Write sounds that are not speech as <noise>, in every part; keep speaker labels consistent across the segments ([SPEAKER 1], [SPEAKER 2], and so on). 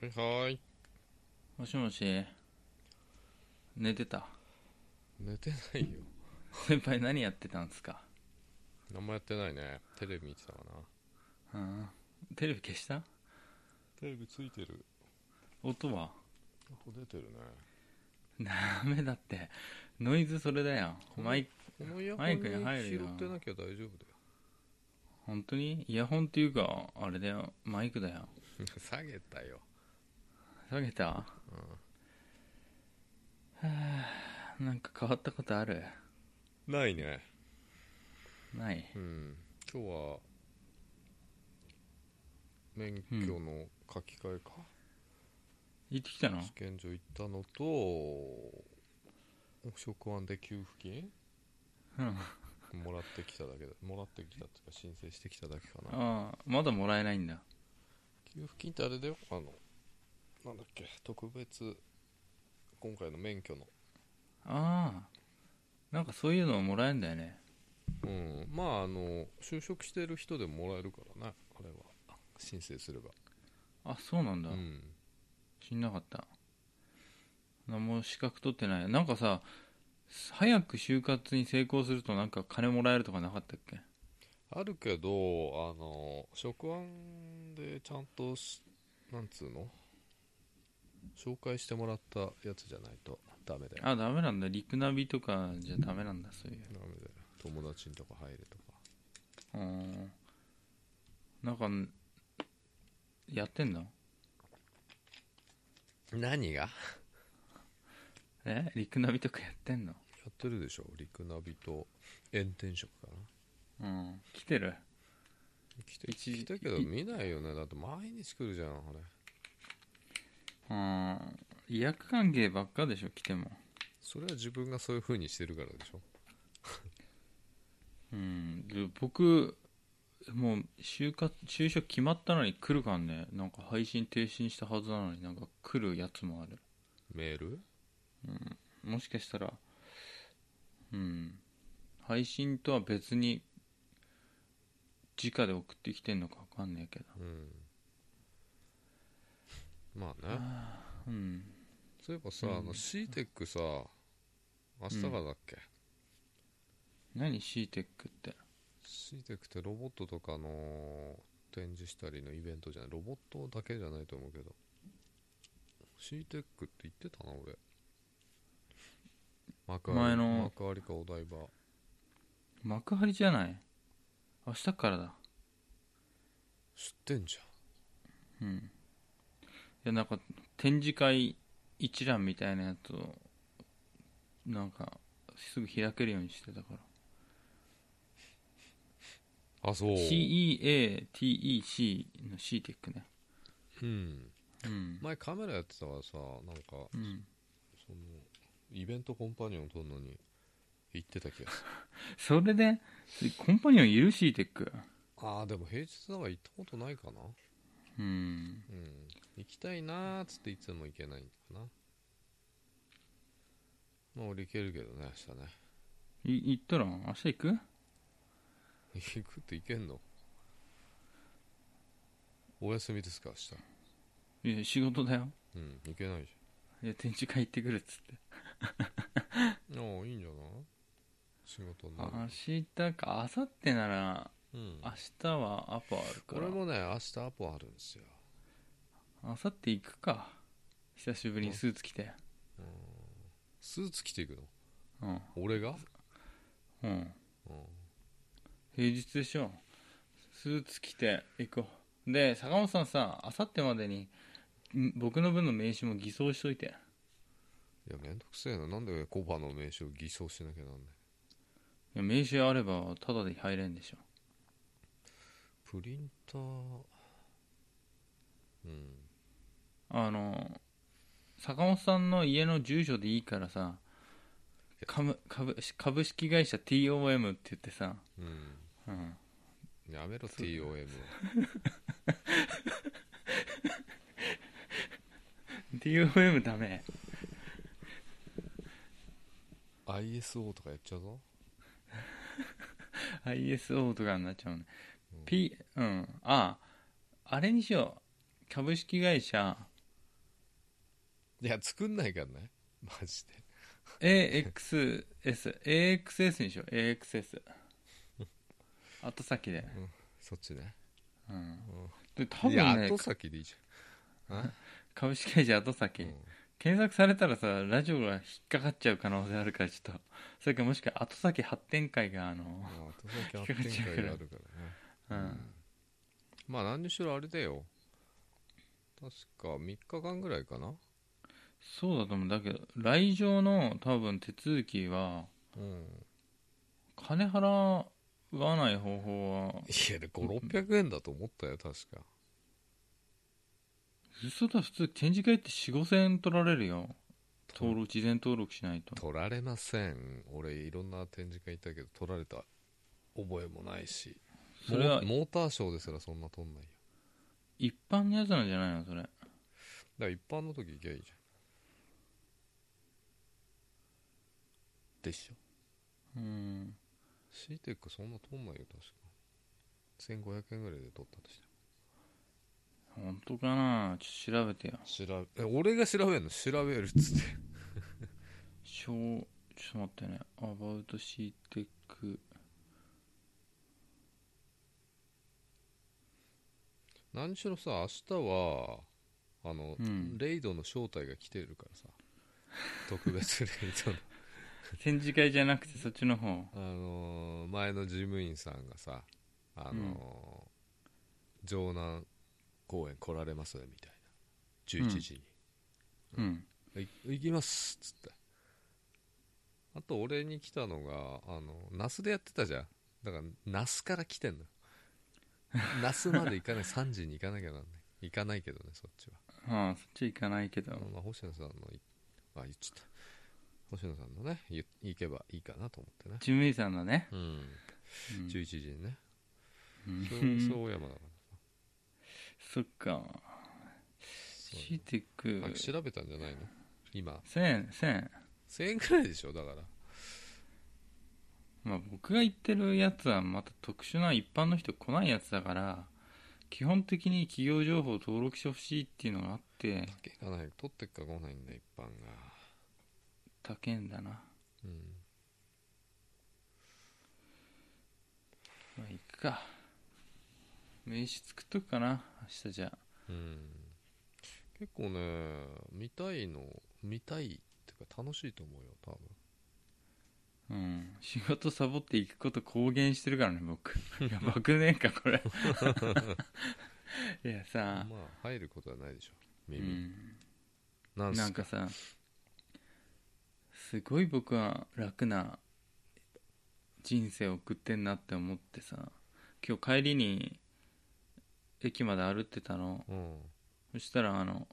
[SPEAKER 1] はいはい
[SPEAKER 2] もしもし寝てた <laughs>
[SPEAKER 1] 寝てないよ
[SPEAKER 2] 先輩何やってたんですか
[SPEAKER 1] 何もやってないねテレビ見てたかな
[SPEAKER 2] うんテレビ消した
[SPEAKER 1] テレビついてる
[SPEAKER 2] 音は <laughs>
[SPEAKER 1] 出てるね
[SPEAKER 2] ダメだってノイズそれだよマイ
[SPEAKER 1] このイヤホ
[SPEAKER 2] マイ
[SPEAKER 1] ン
[SPEAKER 2] クに入
[SPEAKER 1] に
[SPEAKER 2] る
[SPEAKER 1] 拾
[SPEAKER 2] よ
[SPEAKER 1] ってなきゃ大丈夫だよ <laughs>
[SPEAKER 2] 本当にイヤホンっていうかあれだよマイクだよ
[SPEAKER 1] 下げたよ
[SPEAKER 2] 下げたはあ <sighs> なんか変わったことある
[SPEAKER 1] ないね
[SPEAKER 2] ない
[SPEAKER 1] うん今日は免許の書き換えか、
[SPEAKER 2] 行ってきたの
[SPEAKER 1] 試験所行ったのと食案で給付金
[SPEAKER 2] うん
[SPEAKER 1] もらってきただけだもらってきたっていうか申請してきただけかな
[SPEAKER 2] ああまだもらえないんだ
[SPEAKER 1] 給付金ってあれだよあのなんだっけ特別今回の免許の
[SPEAKER 2] ああなんかそういうのもらえんだよね
[SPEAKER 1] うんまああの就職してる人でももらえるからねあれは申請すれば
[SPEAKER 2] あそうなんだ、
[SPEAKER 1] うん
[SPEAKER 2] 知んなかった何も資格取ってないなんかさ早く就活に成功するとなんか金もらえるとかなかったっけ
[SPEAKER 1] あるけどあの職案でちゃんとしなんつうの紹介してもらったやつじゃないとダメだよ
[SPEAKER 2] あダメなんだリクナビとかじゃダメなんだそういう
[SPEAKER 1] ダメだよ友達んとこ入れとか
[SPEAKER 2] うーんなんかやってんの
[SPEAKER 1] 何がや
[SPEAKER 2] えリクナビとかやってんの
[SPEAKER 1] ってるでしょ陸ナビと炎天職かな
[SPEAKER 2] うん来てる
[SPEAKER 1] 来て
[SPEAKER 2] 一
[SPEAKER 1] 来たけど
[SPEAKER 2] い
[SPEAKER 1] 見ないよねだって毎日来るじゃんあれ
[SPEAKER 2] うーん医薬関係ばっかでしょ来ても
[SPEAKER 1] それは自分がそういう風にしてるからでしょ
[SPEAKER 2] うんで僕もう就活就職決まったのに来るからねなんか配信停止にしたはずなのになんか来るやつもある
[SPEAKER 1] メール
[SPEAKER 2] もしかしたらうん配信とは別に直で送ってきてんのか分かんないけど
[SPEAKER 1] うんまあね
[SPEAKER 2] うん
[SPEAKER 1] そういえばさ、あの CTEC さ明日からだっけ、
[SPEAKER 2] 何 CTEC って
[SPEAKER 1] シー CTEC ってロボットとかの展示したりのイベントじゃないロボットだけじゃないと思うけど CTEC って言ってたな俺幕張
[SPEAKER 2] 前の
[SPEAKER 1] 幕張かお台場
[SPEAKER 2] 幕張じゃない明日からだ
[SPEAKER 1] 知ってんじ
[SPEAKER 2] うんいやなんか展示会一覧みたいなやつをなんかすぐ開けるようにしてたから
[SPEAKER 1] ゃんあそう
[SPEAKER 2] CEATEC の CTEC ね
[SPEAKER 1] うん
[SPEAKER 2] うん、
[SPEAKER 1] 前カメラやってたからさなんか
[SPEAKER 2] うん、
[SPEAKER 1] そのイベントコンパニオン撮るのに行ってた気がする
[SPEAKER 2] それでコンパニオンいる CTEC
[SPEAKER 1] <laughs> ああでも平日だから行ったことないかな
[SPEAKER 2] うん
[SPEAKER 1] うん行きたいなーっつっていつも行けないんだなまあ俺行けるけどね明日ね <laughs>
[SPEAKER 2] い行ったら明日行く
[SPEAKER 1] 行くって行けんのお休みですか明日
[SPEAKER 2] いや仕事だよ
[SPEAKER 1] うん行けないじ
[SPEAKER 2] いや展示会行ってくるっつって
[SPEAKER 1] ゃんああいいんじゃない仕事になる
[SPEAKER 2] 明日か明後日なら
[SPEAKER 1] うん
[SPEAKER 2] 明日はアポあるか
[SPEAKER 1] こ
[SPEAKER 2] ら
[SPEAKER 1] れもね明日アポあるんですよ
[SPEAKER 2] 明後日行くか久しぶりにスーツ着て
[SPEAKER 1] スーツ着ていくの
[SPEAKER 2] うん
[SPEAKER 1] 俺が
[SPEAKER 2] うん
[SPEAKER 1] うん
[SPEAKER 2] 平日でしょスーツ着て行こうで坂本さんさ明後日までにん僕の分の名刺も偽装しといて
[SPEAKER 1] いやめんどくせえななんでコバの名刺を偽装しなきゃなんない
[SPEAKER 2] いや名刺あればタダで入れんでしょ
[SPEAKER 1] プリンターうん
[SPEAKER 2] あの坂本さんの家の住所でいいからさ株株株式会社 TOM って言ってさ、
[SPEAKER 1] うん
[SPEAKER 2] うん、
[SPEAKER 1] やめろ TOM を
[SPEAKER 2] TOM ダメ
[SPEAKER 1] ISO とかやっちゃうぞ
[SPEAKER 2] ISO とかになっちゃうね、P うんああれにしよう株式会社
[SPEAKER 1] いや作んないからねマジで
[SPEAKER 2] AXS AXS にしよう AXS 後先で、
[SPEAKER 1] そっちね、
[SPEAKER 2] うん、
[SPEAKER 1] うん
[SPEAKER 2] で多
[SPEAKER 1] いや
[SPEAKER 2] 分ね
[SPEAKER 1] 後先でいいじゃんあ、
[SPEAKER 2] 株式会社後
[SPEAKER 1] う
[SPEAKER 2] 先、
[SPEAKER 1] ん
[SPEAKER 2] 検索されたらさラジオが引っかかっちゃう可能性あるからちょっとそれかもしくは後先発展会があの
[SPEAKER 1] まあ後先発展会があるからね
[SPEAKER 2] うん、
[SPEAKER 1] まあ何にしろあれだよ確か3日間ぐらいかな
[SPEAKER 2] そうだと思うんだけど来場の多分手続きは
[SPEAKER 1] うん
[SPEAKER 2] 金払わない方法はい
[SPEAKER 1] やで5600円だと思ったよ確か
[SPEAKER 2] 嘘だ普通展示会って4 5千円取られるよ登録事前登録しないと
[SPEAKER 1] 取られません俺いろんな展示会行ったけど取られた覚えもないし
[SPEAKER 2] それ
[SPEAKER 1] モ
[SPEAKER 2] は
[SPEAKER 1] ーモーターショーですらそんな取んないよ
[SPEAKER 2] 一般のやつなんじゃないのそれ
[SPEAKER 1] だから一般の時行けばいいじゃんでしょ
[SPEAKER 2] うん
[SPEAKER 1] シーテックそんな取んないよ確か1500円ぐらいで取ったとして
[SPEAKER 2] 本当かなちょっと調べてよ
[SPEAKER 1] 調べえ俺が調べるの調べるっつって
[SPEAKER 2] 小ちょっと待ってねアバウトシーテック
[SPEAKER 1] 何しろさ明日はあの、
[SPEAKER 2] うん
[SPEAKER 1] レイドの正体が来てるからさ特別レイドの
[SPEAKER 2] 展示会じゃなくてそっちの方
[SPEAKER 1] あのー前の事務員さんがさあのー、城南公園来られますねみたいな11時に、
[SPEAKER 2] うん
[SPEAKER 1] い行きますっつってあと俺に来たのがあの那須でやってたじゃんだから那須から来て
[SPEAKER 2] <laughs>
[SPEAKER 1] んの那須まで行かない3時に行かなきゃなんない行かないけどねそっちは
[SPEAKER 2] ああそっち行かないけど
[SPEAKER 1] あまあ、星野さんのいあ言っちゃった星野さんのね言行けばいいかなと思ってね
[SPEAKER 2] 事務員さんだね、
[SPEAKER 1] うん
[SPEAKER 2] うん
[SPEAKER 1] 11時にね
[SPEAKER 2] うん
[SPEAKER 1] そうそう山だか
[SPEAKER 2] そっからシーテック
[SPEAKER 1] あ調べたんじゃないの今
[SPEAKER 2] 1000円1000円
[SPEAKER 1] 1000円くらいでしょだから
[SPEAKER 2] まあ僕が言ってるやつはまた特殊な一般の人来ないやつだから基本的に企業情報を登録してほしいっていうのがあって
[SPEAKER 1] だけがない取ってっか来ないんだ一般が
[SPEAKER 2] 高えんだな
[SPEAKER 1] うん
[SPEAKER 2] まあいくか名刺作っとくかな明日じゃあ
[SPEAKER 1] うん結構ね見たいの見たいっていうか楽しいと思うよ多分
[SPEAKER 2] うん仕事サボって行くこと公言してるからね僕いやばくねえかこれ <laughs> いやさ
[SPEAKER 1] まあ入ることはないでしょ
[SPEAKER 2] う
[SPEAKER 1] 耳、
[SPEAKER 2] ん
[SPEAKER 1] なんす
[SPEAKER 2] なんかさすごい僕は楽な人生を送ってんなって思ってさ今日帰りに駅まで歩ってたの
[SPEAKER 1] うん
[SPEAKER 2] そしたらあの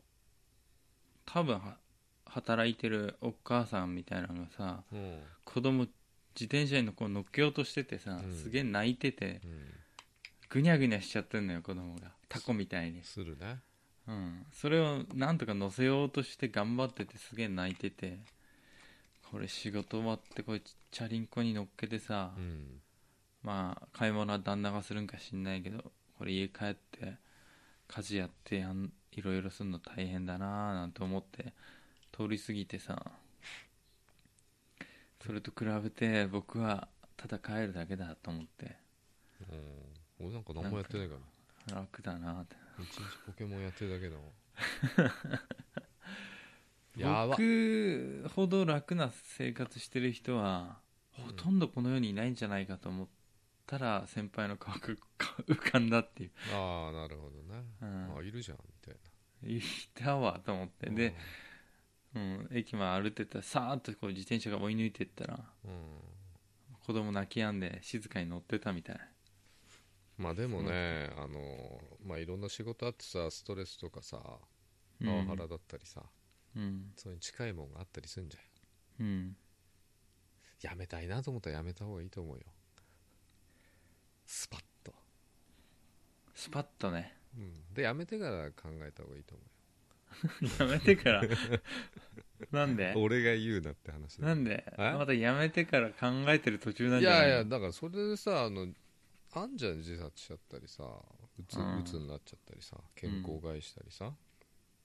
[SPEAKER 2] 多分は働いてるお母さんみたいなのがさ
[SPEAKER 1] うん
[SPEAKER 2] 子供自転車にのこう乗っけようとしててさ、
[SPEAKER 1] うん
[SPEAKER 2] すげえ泣いてて
[SPEAKER 1] うん
[SPEAKER 2] ぐにゃぐにゃしちゃってんのよ子供がタコみたいに、
[SPEAKER 1] するね
[SPEAKER 2] うん、それをなんとか乗せようとして頑張っててすげえ泣いててこれ仕事終わってこれチャリンコに乗っけてさ、
[SPEAKER 1] うん
[SPEAKER 2] まあ買い物は旦那がするんか知んないけどこれ家帰って家事やってやんいろいろするの大変だなあなんて思って通り過ぎてさそれと比べて僕はただ帰るだけだと思って
[SPEAKER 1] うん俺なんか何もやってないから
[SPEAKER 2] 楽だなあって
[SPEAKER 1] 一日ポケモンやってるだけだもんやば
[SPEAKER 2] 僕ほど楽な生活してる人はほとんどこの世にいないんじゃないかと思ったら先輩の顔が浮かんだっていう、
[SPEAKER 1] ああなるほどね、
[SPEAKER 2] うん
[SPEAKER 1] あいるじゃんみたい
[SPEAKER 2] いたわと思って
[SPEAKER 1] な
[SPEAKER 2] で、うん、駅前歩いてたらさーっとこう自転車が追い抜いてったら
[SPEAKER 1] うん、
[SPEAKER 2] 子供泣き止んで静かに乗ってたみたい
[SPEAKER 1] まあでもね、あのまあいろんな仕事あってさストレスとかさパ
[SPEAKER 2] な
[SPEAKER 1] ワハラだったりさ、
[SPEAKER 2] うん
[SPEAKER 1] それに近いもんがあったりすんじゃん
[SPEAKER 2] うん
[SPEAKER 1] やめたいなと思ったらやめた方がいいと思うよスパッと、
[SPEAKER 2] スパッとね
[SPEAKER 1] うん、でやめてから考えた方がいいと思
[SPEAKER 2] やめてから <laughs> なんで
[SPEAKER 1] うよ俺が言うなって話だ
[SPEAKER 2] なんで
[SPEAKER 1] え
[SPEAKER 2] またやめてから考えてる途中なん
[SPEAKER 1] い
[SPEAKER 2] じゃない
[SPEAKER 1] やいやだからそれでさあのあんじゃん自殺しちゃったりさうつ
[SPEAKER 2] うん
[SPEAKER 1] うつになっちゃったりさ健康害したりさ、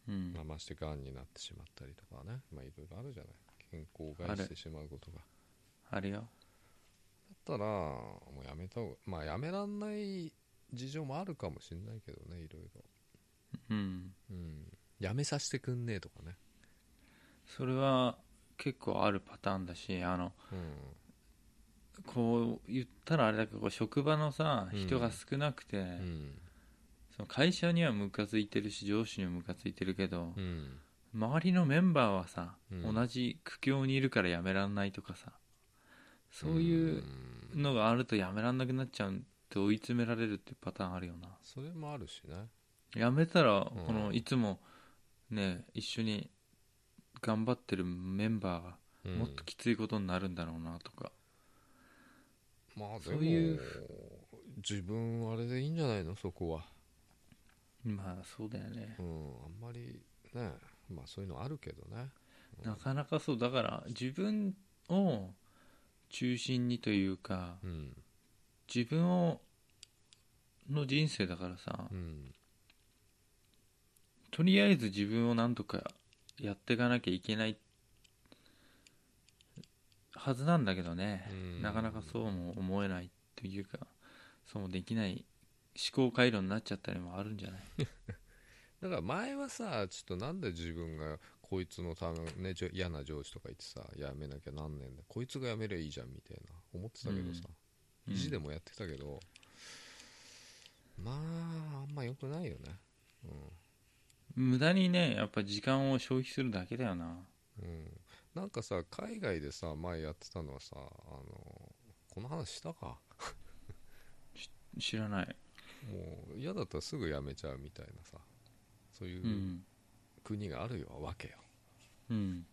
[SPEAKER 2] うん
[SPEAKER 1] まあ、ましてがんになってしまったりとかねまあいろいろあるじゃない健康を害してしまうことが
[SPEAKER 2] あるよ
[SPEAKER 1] だったらもうやめた方がまあやめらんない事情もあるかもしれないけどねいろいろ
[SPEAKER 2] うん
[SPEAKER 1] うんやめさせてくんねえとかね
[SPEAKER 2] それは結構あるパターンだしあの
[SPEAKER 1] うん
[SPEAKER 2] こう言ったらあれだけどこう職場のさ
[SPEAKER 1] うん
[SPEAKER 2] 人が少なくて、
[SPEAKER 1] うん
[SPEAKER 2] その会社にはムカついてるし上司にもムカついてるけど、
[SPEAKER 1] うん
[SPEAKER 2] 周りのメンバーはさ、
[SPEAKER 1] うん
[SPEAKER 2] 同じ苦境にいるからやめらんないとかさそういう
[SPEAKER 1] うん
[SPEAKER 2] のがあるとやめらんなくなっちゃうって追い詰められるっていうパターンあるよな
[SPEAKER 1] それもあるしね
[SPEAKER 2] やめたら
[SPEAKER 1] ん
[SPEAKER 2] このいつもね一緒に頑張ってるメンバーが
[SPEAKER 1] うん
[SPEAKER 2] もっときついことになるんだろうなとか、
[SPEAKER 1] まあで
[SPEAKER 2] そう
[SPEAKER 1] も
[SPEAKER 2] いう
[SPEAKER 1] 自分あれでいいんじゃないのそこは
[SPEAKER 2] まあそうだよね
[SPEAKER 1] う、んあんまりねまあそういうのあるけどね
[SPEAKER 2] なかなかそうだから自分を中心にというか
[SPEAKER 1] うん
[SPEAKER 2] 自分をの人生だからさ
[SPEAKER 1] うん
[SPEAKER 2] とりあえず自分を何とかやっていかなきゃいけないはずなんだけどね、
[SPEAKER 1] うん
[SPEAKER 2] なかなかそうも思えないというかそうもできない思考回路になっちゃったりもあるんじゃない
[SPEAKER 1] だから前はさちょっとなんで自分がこいつのためねじょ嫌な上司とか言ってさやめなきゃなんねえんだこいつがやめりゃいいじゃんみたいな思ってたけどさ、
[SPEAKER 2] うん
[SPEAKER 1] 意地でもやってたけど、まああんま良くないよね
[SPEAKER 2] 無駄にねやっぱ時間を消費するだけだよな
[SPEAKER 1] うんなんかさ海外でさ前やってたのはさあのこの話したか
[SPEAKER 2] 知らない
[SPEAKER 1] もう嫌だったらすぐ辞めちゃうみたいなさそういううん国があるよ、わけよ
[SPEAKER 2] うん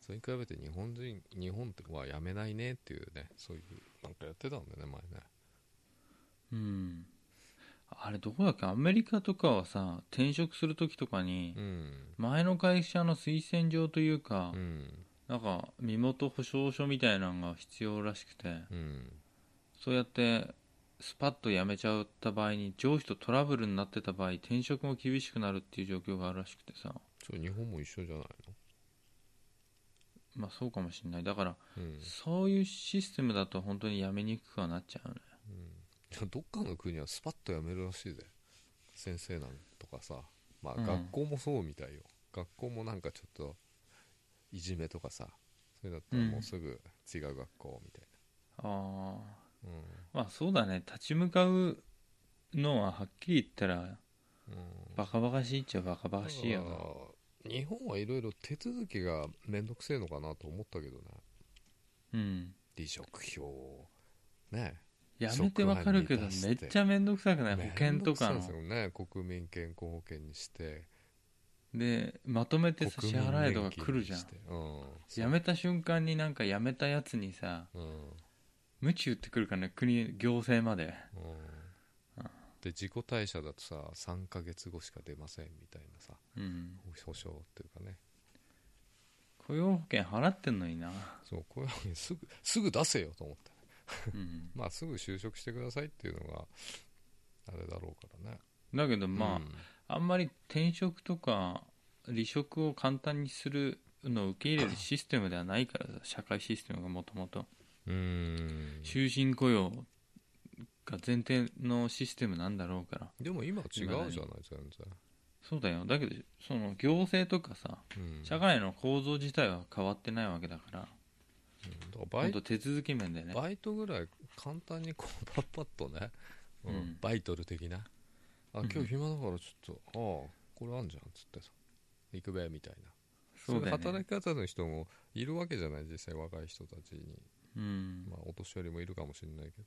[SPEAKER 1] それに比べて日本人日本っては辞めないねっていうねそういうなんかやってたんだよね前ね
[SPEAKER 2] うんあれどこだっけアメリカとかはさ転職する時とかに
[SPEAKER 1] うん
[SPEAKER 2] 前の会社の推薦状というか、
[SPEAKER 1] うん
[SPEAKER 2] なんか身元保証書みたいなのが必要らしくて
[SPEAKER 1] うん
[SPEAKER 2] そうやってスパッと辞めちゃった場合に上司とトラブルになってた場合転職も厳しくなるっていう状況があるらしくてさ
[SPEAKER 1] そう日本も一緒じゃない
[SPEAKER 2] まあそうかもしれないだから
[SPEAKER 1] のうん
[SPEAKER 2] そういうシステムだと本当に辞めにくくはなっちゃうね
[SPEAKER 1] どっかの国はスパッと辞めるらしいぜ先生なんとかさまあ
[SPEAKER 2] うん
[SPEAKER 1] 学校もそうみたいよ、学校もなんかちょっといじめとかさそういうのだったらもうすぐ違う学校みたい
[SPEAKER 2] ああ
[SPEAKER 1] な
[SPEAKER 2] まあそうだね立ち向かうのははっきり言った
[SPEAKER 1] う
[SPEAKER 2] ら
[SPEAKER 1] ん、うん
[SPEAKER 2] バカバカしいっちゃバカバカしいよ
[SPEAKER 1] だか
[SPEAKER 2] な
[SPEAKER 1] ら日本はいろいろ手続きがめんどくせえのかなと思ったけどね
[SPEAKER 2] うん
[SPEAKER 1] 離職票ね
[SPEAKER 2] やめてわかるけどめっちゃめんどくさくない保
[SPEAKER 1] めん
[SPEAKER 2] 険
[SPEAKER 1] ど
[SPEAKER 2] と
[SPEAKER 1] くさい
[SPEAKER 2] か
[SPEAKER 1] で
[SPEAKER 2] の
[SPEAKER 1] すよね国民健康保険にして
[SPEAKER 2] でまとめてさ
[SPEAKER 1] 国
[SPEAKER 2] 支
[SPEAKER 1] 民
[SPEAKER 2] 払いとか
[SPEAKER 1] 年金
[SPEAKER 2] 来るじゃ
[SPEAKER 1] に
[SPEAKER 2] ん
[SPEAKER 1] してうん
[SPEAKER 2] 辞めた瞬間になんか辞めたやつにさ
[SPEAKER 1] うん
[SPEAKER 2] 無知打ってくるからね国行政まで
[SPEAKER 1] う
[SPEAKER 2] うんん、
[SPEAKER 1] で自己退社だとさ3ヶ月後しか出ませんみたいなさ
[SPEAKER 2] うん
[SPEAKER 1] 保証っていうかね
[SPEAKER 2] 雇用保険払ってんの
[SPEAKER 1] <laughs>
[SPEAKER 2] にな、
[SPEAKER 1] そうこういうふうにすぐすぐ出せよと思って
[SPEAKER 2] うん、
[SPEAKER 1] まあすぐ就職してくださいっていうのがあれだろうからね
[SPEAKER 2] だけどまあ、
[SPEAKER 1] うん
[SPEAKER 2] あんまり転職とか離職を簡単にするのを受け入れるシステムではないからさ社会システムがもともと
[SPEAKER 1] うーん
[SPEAKER 2] 終身雇用が前提のシステムなんだろうから
[SPEAKER 1] でも今は違うじゃ
[SPEAKER 2] 今
[SPEAKER 1] ない全
[SPEAKER 2] そうだよだけどその行政とかさ
[SPEAKER 1] 然、うん、
[SPEAKER 2] 社会の構造自体は変わってないわけだから
[SPEAKER 1] うんだからバ
[SPEAKER 2] 本
[SPEAKER 1] イ
[SPEAKER 2] 当手続き面でね
[SPEAKER 1] バイトぐらい簡単にこうパ <laughs> ッパッとね、うん
[SPEAKER 2] うん
[SPEAKER 1] バイトル的なあ
[SPEAKER 2] うん
[SPEAKER 1] 今日暇だからちょっと、ああこれあんじゃんっつってさ行くべみたいな
[SPEAKER 2] そうだよね
[SPEAKER 1] い働き方の人もいるわけじゃない実際若い人たちに、
[SPEAKER 2] うん
[SPEAKER 1] まあ、お年寄りもいるかもしれないけど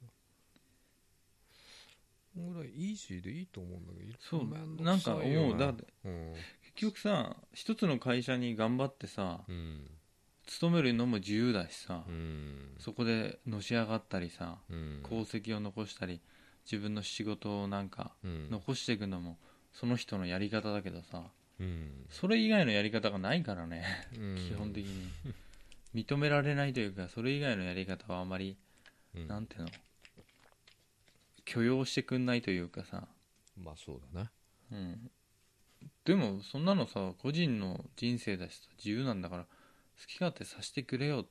[SPEAKER 1] こんぐらいイージーでいいと思うんだけど
[SPEAKER 2] そう
[SPEAKER 1] めど
[SPEAKER 2] な
[SPEAKER 1] く
[SPEAKER 2] んか
[SPEAKER 1] さ
[SPEAKER 2] 思
[SPEAKER 1] いよね
[SPEAKER 2] うだって
[SPEAKER 1] うん、
[SPEAKER 2] 結局さ一つの会社に頑張ってさ
[SPEAKER 1] うん
[SPEAKER 2] 勤めるのも自由だしさ、
[SPEAKER 1] うん
[SPEAKER 2] そこでのし上がったりさ
[SPEAKER 1] うん
[SPEAKER 2] 功績を残したり自分の仕事をなんか
[SPEAKER 1] うん
[SPEAKER 2] 残していくのもその人のやり方だけどさ
[SPEAKER 1] うん
[SPEAKER 2] それ以外のやり方がないからね、
[SPEAKER 1] うん
[SPEAKER 2] 基本的に認められないというかそれ以外のやり方はあまり、
[SPEAKER 1] うん
[SPEAKER 2] なんていうの許容してくんないというかさ
[SPEAKER 1] まあそうだね
[SPEAKER 2] うん、でもそんなのさ個人の人生だしさ自由なんだから好き勝手させてくれよっ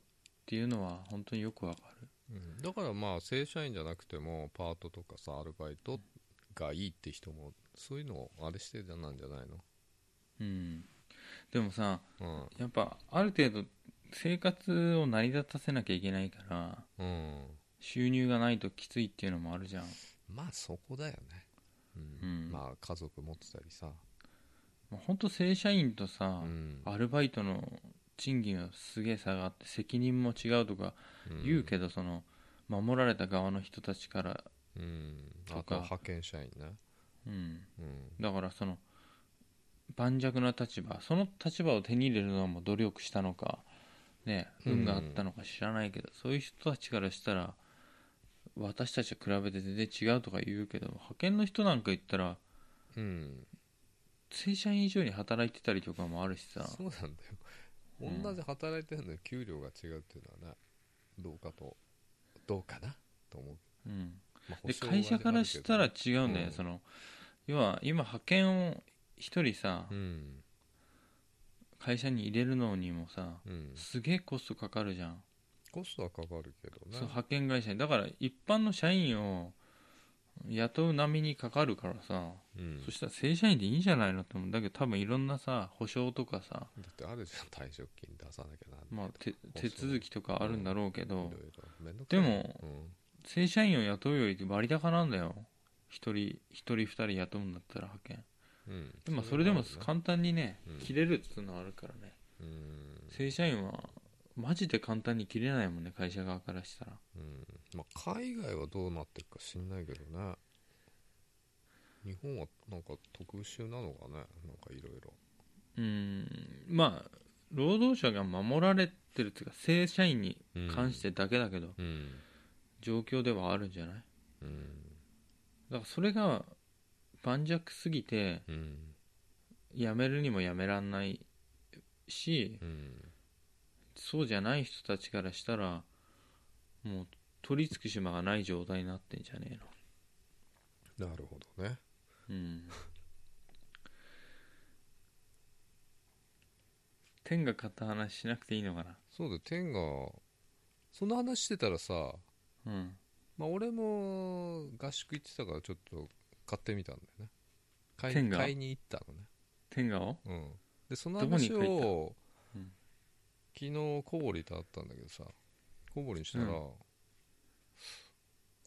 [SPEAKER 2] ていうのは本当によくわかる
[SPEAKER 1] うんだからまあ正社員じゃなくてもパートとかさアルバイトがいいって人もそういうのをあれしてじゃなんじゃないの
[SPEAKER 2] うんでもさ
[SPEAKER 1] うん
[SPEAKER 2] やっぱある程度生活を成り立たせなきゃいけないから
[SPEAKER 1] うん
[SPEAKER 2] 収入がないときついっていうのもあるじゃん
[SPEAKER 1] まあそこだよねうん、
[SPEAKER 2] うん
[SPEAKER 1] まあ家族持ってたりさ、
[SPEAKER 2] まあ本当正社員とさ
[SPEAKER 1] う、ん
[SPEAKER 2] アルバイトの賃金はすげえ差があって責任も違うとか
[SPEAKER 1] ん
[SPEAKER 2] 言うけど、その守られた側の人たちから、
[SPEAKER 1] うん、あ
[SPEAKER 2] と
[SPEAKER 1] と
[SPEAKER 2] か
[SPEAKER 1] 派遣社員ね、
[SPEAKER 2] うん、
[SPEAKER 1] うん、
[SPEAKER 2] だからその盤石な立場その立場を手に入れるのはもう努力したのかね
[SPEAKER 1] うん
[SPEAKER 2] 運があったのか知らないけど、そういう人たちからしたら私たちと比べて全然違うとか言うけど派遣の人なんか言ったら
[SPEAKER 1] うん、
[SPEAKER 2] 正社員以上に働いてたりとかもあるしさ
[SPEAKER 1] そうなんだよ、
[SPEAKER 2] うん
[SPEAKER 1] 同じ働いてるのに給料が違うっていうのはねどうかとどうかなと思う、
[SPEAKER 2] うん、
[SPEAKER 1] まあ
[SPEAKER 2] で会社からしたら、違うんだよ、
[SPEAKER 1] うん
[SPEAKER 2] その要は今派遣を一人
[SPEAKER 1] 保証はある
[SPEAKER 2] さ、
[SPEAKER 1] けどうん
[SPEAKER 2] 会社に入れるのにもさ
[SPEAKER 1] うん、
[SPEAKER 2] すげえコストかかるじゃん、
[SPEAKER 1] コストはかかるけどね
[SPEAKER 2] そう派遣会社にだから一般の社員を雇う並みにかかるからさ、
[SPEAKER 1] うん
[SPEAKER 2] そしたら正社員でいいんじゃないのって思うんだけど多分いろんなさ保証とかさ、
[SPEAKER 1] だってあるじゃん退職金出さなきゃなん
[SPEAKER 2] まあ、て
[SPEAKER 1] 保
[SPEAKER 2] 手
[SPEAKER 1] 証
[SPEAKER 2] 続きとかあるんだろうけど、
[SPEAKER 1] いろいろめんどくさ
[SPEAKER 2] で
[SPEAKER 1] い
[SPEAKER 2] も
[SPEAKER 1] うん
[SPEAKER 2] 正社員を雇うより割高なんだよ一人一人二人雇うんだったら派遣
[SPEAKER 1] うん
[SPEAKER 2] でもそれでも
[SPEAKER 1] そ
[SPEAKER 2] 簡単にね、
[SPEAKER 1] うん
[SPEAKER 2] 切れるっていうのはあるからね、
[SPEAKER 1] うん
[SPEAKER 2] 正社員はマジで簡単に切れないもんね会社側からしたら
[SPEAKER 1] うんまあ、海外はどうなってるか知んないけどね日本はなんか特殊なのかねなんかいろいろ
[SPEAKER 2] うんまあ労働者が守られてるっていうか正社員に関してだけだけど、
[SPEAKER 1] うん、
[SPEAKER 2] 状況ではあるんじゃない
[SPEAKER 1] うん
[SPEAKER 2] だからそれが盤石すぎて
[SPEAKER 1] うん
[SPEAKER 2] 辞めるにも辞めらんないし
[SPEAKER 1] うん
[SPEAKER 2] そうじゃない人たちからしたらもう取り付く島がない状態になってんじゃねえの
[SPEAKER 1] なるほどね
[SPEAKER 2] うん天が買った話しなくていいのか
[SPEAKER 1] そうだよ天がそんな話してたらさ、
[SPEAKER 2] なうん
[SPEAKER 1] まあ、俺も合宿行ってたからちょっと買ってみたんだよね買い
[SPEAKER 2] 天が
[SPEAKER 1] 買いに行ったのね
[SPEAKER 2] 天がを
[SPEAKER 1] うん、でその
[SPEAKER 2] どこに
[SPEAKER 1] 話
[SPEAKER 2] 書いた
[SPEAKER 1] を、
[SPEAKER 2] うん
[SPEAKER 1] 昨日小堀と会ったんだけどさ小堀にしたら、
[SPEAKER 2] うん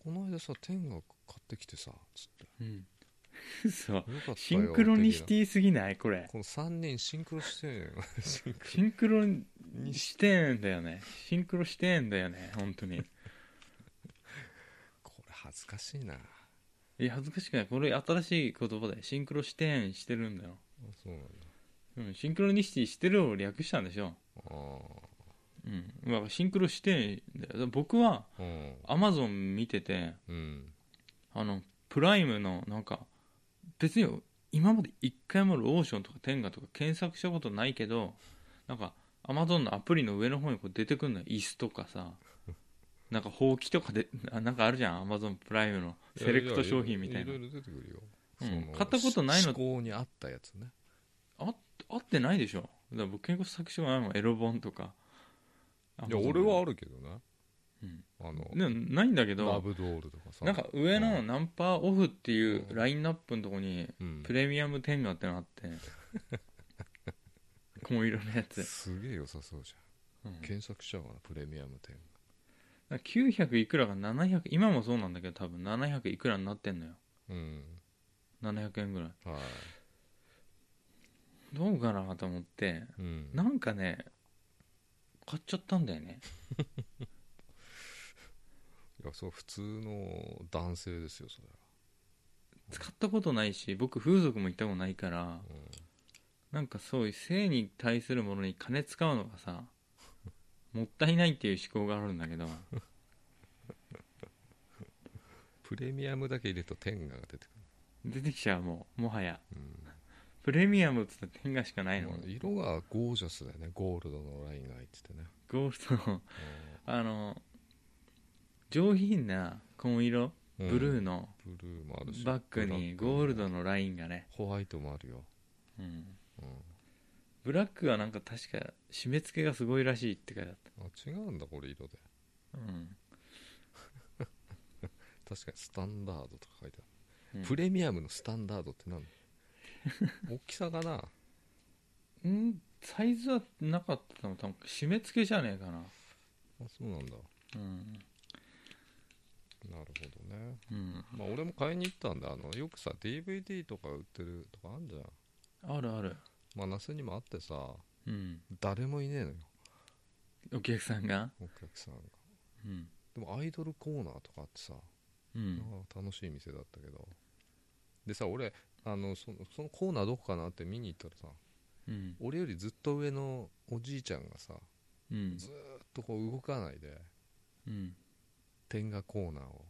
[SPEAKER 1] この間さ天が買ってきてさつって
[SPEAKER 2] うん <laughs> 嘘
[SPEAKER 1] よかったよ
[SPEAKER 2] シンクロニシ
[SPEAKER 1] 的
[SPEAKER 2] ティすぎないこれ
[SPEAKER 1] なこの3人シンクロしてんよ <laughs> シンク
[SPEAKER 2] シンクロにしてんだよねシンクロしてんだよね本当に
[SPEAKER 1] これ恥ずかしいない
[SPEAKER 2] や恥ずかしくないこれ新しい言葉だよシンクロしてんしてるんだよ、
[SPEAKER 1] そうなんだ
[SPEAKER 2] うん、シンクロニシティしてるを略したんでしょ
[SPEAKER 1] あ
[SPEAKER 2] うんまあシンクロしてんだよだから僕は
[SPEAKER 1] あうん
[SPEAKER 2] アマゾン見てて
[SPEAKER 1] うん
[SPEAKER 2] あのプライムのなんか別に今まで一回もローションとかテンガとか検索したことないけどなんかアマゾンのアプリの上の方にこう出てくるのよ椅子とかさなんかほうきとかであなんかあるじゃんアマゾンプライムのセレクト商品みたいな
[SPEAKER 1] ややいろいろ出てくるよ、
[SPEAKER 2] うん
[SPEAKER 1] その
[SPEAKER 2] 買ったことないの
[SPEAKER 1] 思考に合ったやつね
[SPEAKER 2] 合ってないでしょだから僕結構作詞がないもんエロ本とか
[SPEAKER 1] いや俺はあるけどね、
[SPEAKER 2] うん
[SPEAKER 1] あの
[SPEAKER 2] でもないんだけ
[SPEAKER 1] ラ
[SPEAKER 2] ど
[SPEAKER 1] ブドールとかさ
[SPEAKER 2] なんか上のナンパオフっていうラインナップのとこに
[SPEAKER 1] うん
[SPEAKER 2] プレミアム天下ってのあって <laughs> 紺色のやつ、
[SPEAKER 1] すげえ良さそうじ
[SPEAKER 2] うん
[SPEAKER 1] ゃん検索しちゃおうかなプレミアム店
[SPEAKER 2] なんか900いくらが700今もそうなんだけど多分700いくらになってんのよ
[SPEAKER 1] うん
[SPEAKER 2] 700円ぐらい
[SPEAKER 1] はい
[SPEAKER 2] どうかなと思って
[SPEAKER 1] うん
[SPEAKER 2] なんかね買っちゃったんだよね
[SPEAKER 1] いやそう普通の男性ですよそれ
[SPEAKER 2] 使ったことないし僕風俗も行ったことないから
[SPEAKER 1] は、
[SPEAKER 2] なんかそういう性に対するものに金使うのがさもったいないっていう思考があるんだけど
[SPEAKER 1] プレミアムだけ入れると天下が出てく
[SPEAKER 2] 出てきちゃうもうもはや
[SPEAKER 1] る、
[SPEAKER 2] プレミアムっつったら天下しかな
[SPEAKER 1] う
[SPEAKER 2] い
[SPEAKER 1] ん
[SPEAKER 2] の
[SPEAKER 1] まあ色がゴージャスだよねゴールドのラインが入っててね、
[SPEAKER 2] ゴールドのあの上品な紺色
[SPEAKER 1] うん
[SPEAKER 2] ブルー
[SPEAKER 1] うん
[SPEAKER 2] の
[SPEAKER 1] ブルーもあるし
[SPEAKER 2] バッグにゴールドのラインがね、
[SPEAKER 1] ホワイトもあるよ、
[SPEAKER 2] ううん
[SPEAKER 1] うん
[SPEAKER 2] ブラックはなんか確か締め付けがすごいらしいって書いてあっ
[SPEAKER 1] あ違うんだこれ色で
[SPEAKER 2] たうん、
[SPEAKER 1] 確かにスタンダードとか書いてある、
[SPEAKER 2] うん
[SPEAKER 1] プレミアムのスタンダードって何 <laughs> 大きさかな
[SPEAKER 2] うんサイズはなかったの多分締め付けじゃねえかな
[SPEAKER 1] あそうなんだ
[SPEAKER 2] うん
[SPEAKER 1] なるほどね
[SPEAKER 2] うん
[SPEAKER 1] まあ俺も買いに行ったんだあのよくさ DVD とか売ってるとかあんじゃん
[SPEAKER 2] あるある
[SPEAKER 1] まあ那須にもあってさ
[SPEAKER 2] うん
[SPEAKER 1] 誰もいねえのよ
[SPEAKER 2] お客さんが
[SPEAKER 1] お客さんが
[SPEAKER 2] うん
[SPEAKER 1] でもアイドルコーナーとかあってさ、
[SPEAKER 2] うん
[SPEAKER 1] ああ楽しい店だったけどでさ俺あのそのそのコーナーどこかなって見に行ったらさ
[SPEAKER 2] うん
[SPEAKER 1] 俺よりずっと上のおじいちゃんがさ
[SPEAKER 2] うん
[SPEAKER 1] ずずっとこう動かないで
[SPEAKER 2] うん
[SPEAKER 1] 天下コーナー
[SPEAKER 2] <laughs>
[SPEAKER 1] を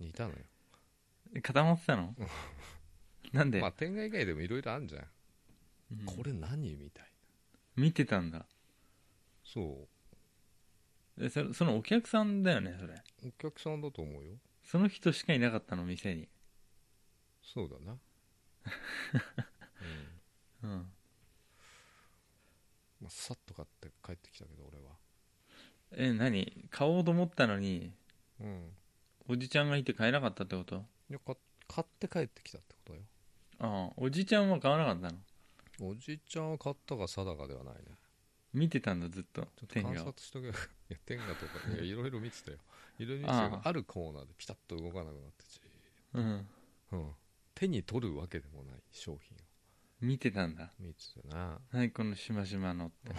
[SPEAKER 1] にいたのよ
[SPEAKER 2] 固まってた <laughs> のなんで、
[SPEAKER 1] まあ天下以外でもいろいろあんじゃん、
[SPEAKER 2] うん
[SPEAKER 1] これ何みたいな
[SPEAKER 2] 見てたんだ
[SPEAKER 1] そ
[SPEAKER 2] えそれそのお客さんだよねそれ
[SPEAKER 1] うお客さんだと思うよ
[SPEAKER 2] その人しかいなかったの店に
[SPEAKER 1] そうだな、うん <laughs>
[SPEAKER 2] うん
[SPEAKER 1] まあ、さっと買って帰ってきたけど俺は
[SPEAKER 2] え何買おうと思ったのに
[SPEAKER 1] うん
[SPEAKER 2] おじちゃんがいて買えなかったってこと
[SPEAKER 1] いやか買って帰ってきたってことよ
[SPEAKER 2] ああおじちゃんは買わなかったの
[SPEAKER 1] おじいちゃんは買ったか定かではないね
[SPEAKER 2] 見てたんだずっと
[SPEAKER 1] ちょっと
[SPEAKER 2] 天
[SPEAKER 1] 観
[SPEAKER 2] 下を
[SPEAKER 1] 察しとけよいや天下と <laughs> かいやいろいろ見てたよいろいろ見てたけど
[SPEAKER 2] あ
[SPEAKER 1] あ
[SPEAKER 2] あ
[SPEAKER 1] るコーナーでピタッと動かなくなってち、
[SPEAKER 2] うん
[SPEAKER 1] うん、手に取るわけでもない商品を
[SPEAKER 2] 見てたんだ
[SPEAKER 1] 見てたな
[SPEAKER 2] 何このしましまのって
[SPEAKER 1] あ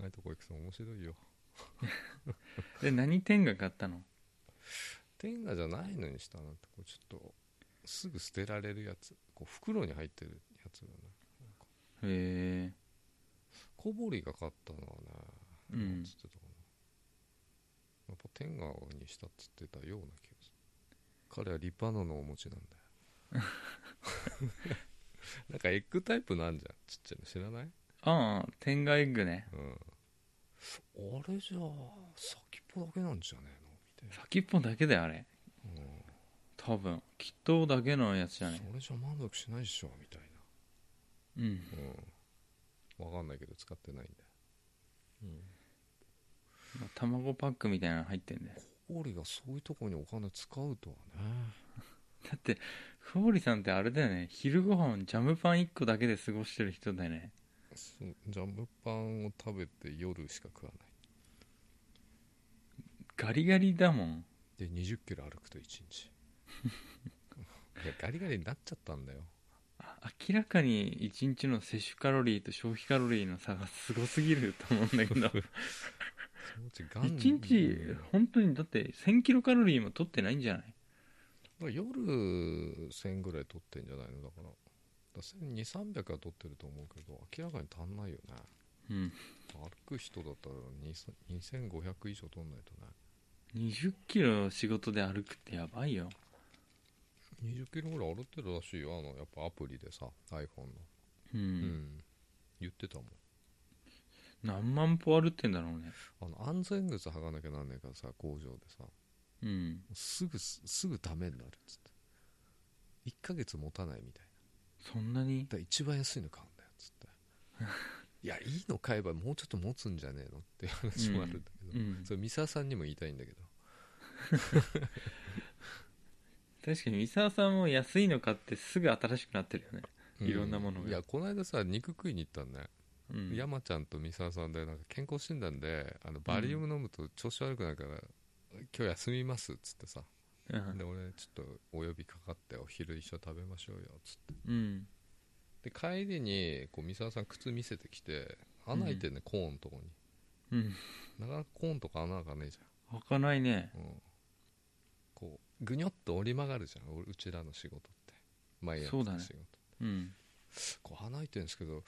[SPEAKER 1] あいうとこ行くと面白いよ
[SPEAKER 2] え何天下買ったの
[SPEAKER 1] 天下じゃないのにしたなんてこうちょっとすぐ捨てられるやつこう袋に入ってるやつだね
[SPEAKER 2] へえ
[SPEAKER 1] 小堀が買ったのはね、
[SPEAKER 2] うん
[SPEAKER 1] なんつってたかなやっぱ天下にしたっつってたような気がする彼は立派なのをお持ちなんだよ
[SPEAKER 2] <laughs>
[SPEAKER 1] なんかエッグタイプなんじゃんちっちゃいの知らない
[SPEAKER 2] ああ天下エッグね
[SPEAKER 1] うんあれじゃあ先っぽだけなんじゃねえのみ
[SPEAKER 2] 先っぽだけだよあれ
[SPEAKER 1] たいな、うん
[SPEAKER 2] 多分きっとだけのやつじゃない
[SPEAKER 1] それじゃ満足しないでしょみたい
[SPEAKER 2] うん
[SPEAKER 1] なうんわかんないけど使ってないんだよ、うん
[SPEAKER 2] まあ卵パックみたいなの入ってんだよ
[SPEAKER 1] 小堀がそういうとこにお金使うとはね
[SPEAKER 2] だってフォーリさんってあれだよね昼ご飯ジャムパン1個だけで過ごしてる人だよね
[SPEAKER 1] そうジャムパンを食べて夜しか食わない
[SPEAKER 2] ガリガリだもん
[SPEAKER 1] で2 0キロ歩くと1日いやガリガリになっちゃったんだよ
[SPEAKER 2] あ明らかに1日の摂取カロリーと消費カロリーの差がすごすぎると思うんだけど
[SPEAKER 1] そのうちがんう
[SPEAKER 2] 1
[SPEAKER 1] ん
[SPEAKER 2] 日
[SPEAKER 1] だか
[SPEAKER 2] 本当にだって1000キロカロリーも取ってないんじゃない
[SPEAKER 1] ら夜1000ぐらい取ってんじゃないのだからだ1200300は取ってると思うけど明らかに足んないよね
[SPEAKER 2] うん
[SPEAKER 1] 歩く人だったら2500以上取んないとね
[SPEAKER 2] 20キロ仕事で歩くってやばいよ
[SPEAKER 1] 2 0キロぐらい歩ってるらしいよあのやっぱアプリでさ iPhone の
[SPEAKER 2] うん、
[SPEAKER 1] うん言ってたもん
[SPEAKER 2] 何万歩歩ってんだろうね
[SPEAKER 1] あの安全靴履かなきゃなんねえからさ工場でさ
[SPEAKER 2] うん
[SPEAKER 1] すぐすすぐダメになるっつって1ヶ月持たないみたいな
[SPEAKER 2] そんなに
[SPEAKER 1] だから一番安いの買うんだよっつって
[SPEAKER 2] <laughs>
[SPEAKER 1] いやいいの買えばもうちょっと持つんじゃねえのっていう <laughs> 話もあるんだけど、
[SPEAKER 2] うん
[SPEAKER 1] それ三沢さんにも言いたいんだけど
[SPEAKER 2] 確かに三沢さんも安いの買ってすぐ新しくなってるよねいろんなものが
[SPEAKER 1] いやこの間さ肉食いに行ったんだよ、
[SPEAKER 2] うん
[SPEAKER 1] 山ちゃんと三沢さんでなんか健康診断であのバリウム飲むと調子悪くなるから、今日休みますっつってさ、
[SPEAKER 2] うん
[SPEAKER 1] で俺ちょっとお呼びかかってお昼一緒に食べましょうよっつって
[SPEAKER 2] うん
[SPEAKER 1] で帰りにこう三沢さん靴見せてきて穴開いてんね、コーンのとこに
[SPEAKER 2] うん
[SPEAKER 1] なかなかコーンとか穴開かねえじ
[SPEAKER 2] 開かないね
[SPEAKER 1] ゃん、うん、こうぐにょっと折り曲がるじゃん俺うちらの仕事って毎朝
[SPEAKER 2] そ
[SPEAKER 1] の
[SPEAKER 2] う
[SPEAKER 1] 仕
[SPEAKER 2] だ
[SPEAKER 1] 事
[SPEAKER 2] ねうん
[SPEAKER 1] こう穴開いてるんですけど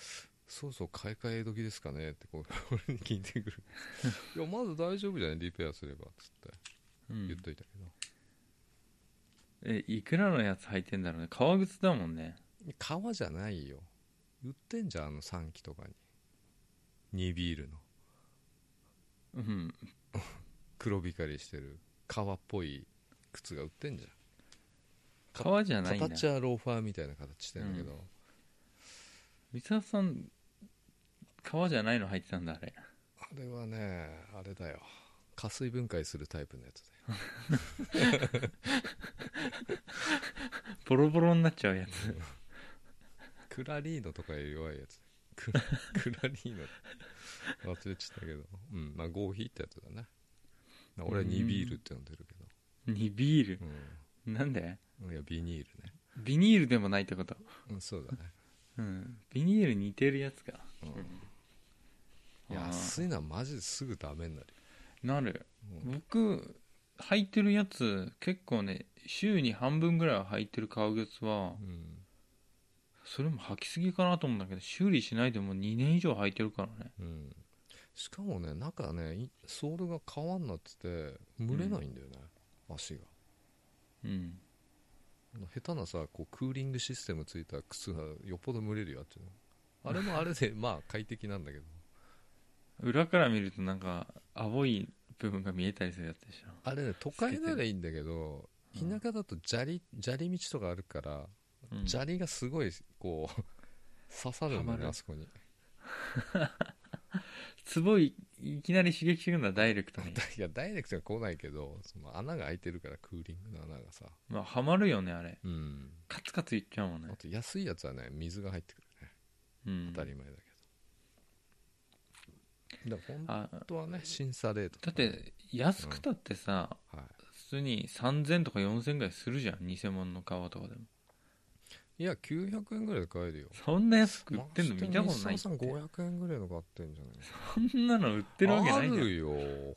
[SPEAKER 1] そろそろ買い替え時ですかねってこう <laughs> 俺に聞いてく
[SPEAKER 2] <laughs>
[SPEAKER 1] るいやまず大丈夫じゃないリペアすればっつって
[SPEAKER 2] うん
[SPEAKER 1] 言っといたけど、
[SPEAKER 2] えいくらのやつ履いてんだろうね革靴だもんね
[SPEAKER 1] 革じゃないよ売ってんじゃんあの3期とかに2ビールの
[SPEAKER 2] うん
[SPEAKER 1] 黒光りしてる革っぽい靴が売ってんじゃん
[SPEAKER 2] 革じゃないんだ
[SPEAKER 1] 形はローファーみたいな形してんだけど、
[SPEAKER 2] 三沢さん革じゃないの入ってたんだあれ
[SPEAKER 1] あれはねあれだよ加水分解するタイプのやつで
[SPEAKER 2] ボロボロになっちゃうやつ <laughs>
[SPEAKER 1] クラリーノとかいう弱いやつククラリ <laughs> ーノ忘れちゃったけどうんまあ合皮ってやつだねまあ俺はニビールって呼んでるけど
[SPEAKER 2] にビール
[SPEAKER 1] う
[SPEAKER 2] なんで
[SPEAKER 1] んいやビニールね
[SPEAKER 2] ビニールでもないってこと
[SPEAKER 1] うんそうだね
[SPEAKER 2] うんビニール似てるやつか、
[SPEAKER 1] うん安いのはマジですぐダメになる
[SPEAKER 2] なる
[SPEAKER 1] ようん
[SPEAKER 2] 僕履いてるやつ結構ね週に半分ぐらいは履いてる革靴は
[SPEAKER 1] うん
[SPEAKER 2] それも履きすぎかなと思うんだけど修理しないでもう2年以上履いてるからね
[SPEAKER 1] うんしかもね中ねいソールが革になってて蒸れないんだよね、足が
[SPEAKER 2] うん
[SPEAKER 1] 下手なさこうクーリングシステムついた靴がよっぽど蒸れるよあっちのあれもあれ <laughs> でまあ快適なんだけど
[SPEAKER 2] 裏から見るとなんか青い部分が見えたりするやつでしょ
[SPEAKER 1] あれね都会ならいいんだけど
[SPEAKER 2] 透けてる
[SPEAKER 1] 田舎だと砂利砂利道とかあるから、
[SPEAKER 2] うん
[SPEAKER 1] 砂利がすごい <laughs> こう刺さるんだ
[SPEAKER 2] はま
[SPEAKER 1] よね
[SPEAKER 2] る
[SPEAKER 1] あそこに
[SPEAKER 2] すごいいきなり刺激するのはダイレク
[SPEAKER 1] <laughs>
[SPEAKER 2] トに
[SPEAKER 1] いやダイレクトには来ないけどその穴が開いてるからクーリングの穴がさ
[SPEAKER 2] まあハマるよねあれ
[SPEAKER 1] うん
[SPEAKER 2] カツカツいっちゃうもんね
[SPEAKER 1] あ、と安いやつはね水が入ってくるね
[SPEAKER 2] うん、
[SPEAKER 1] 当たり前だけど、だから
[SPEAKER 2] あ
[SPEAKER 1] 本当はね審査レート
[SPEAKER 2] だって安くたってさ、
[SPEAKER 1] はい
[SPEAKER 2] 普通に3000とか4000ぐらいするじゃん偽物の革とかでも
[SPEAKER 1] いや900円ぐらいで買えるよ
[SPEAKER 2] そんな安く売ってんの見たことないって
[SPEAKER 1] さん500円ぐらいの買ってんじゃない
[SPEAKER 2] そんなの売ってるわけない
[SPEAKER 1] あ
[SPEAKER 2] じゃん
[SPEAKER 1] るよ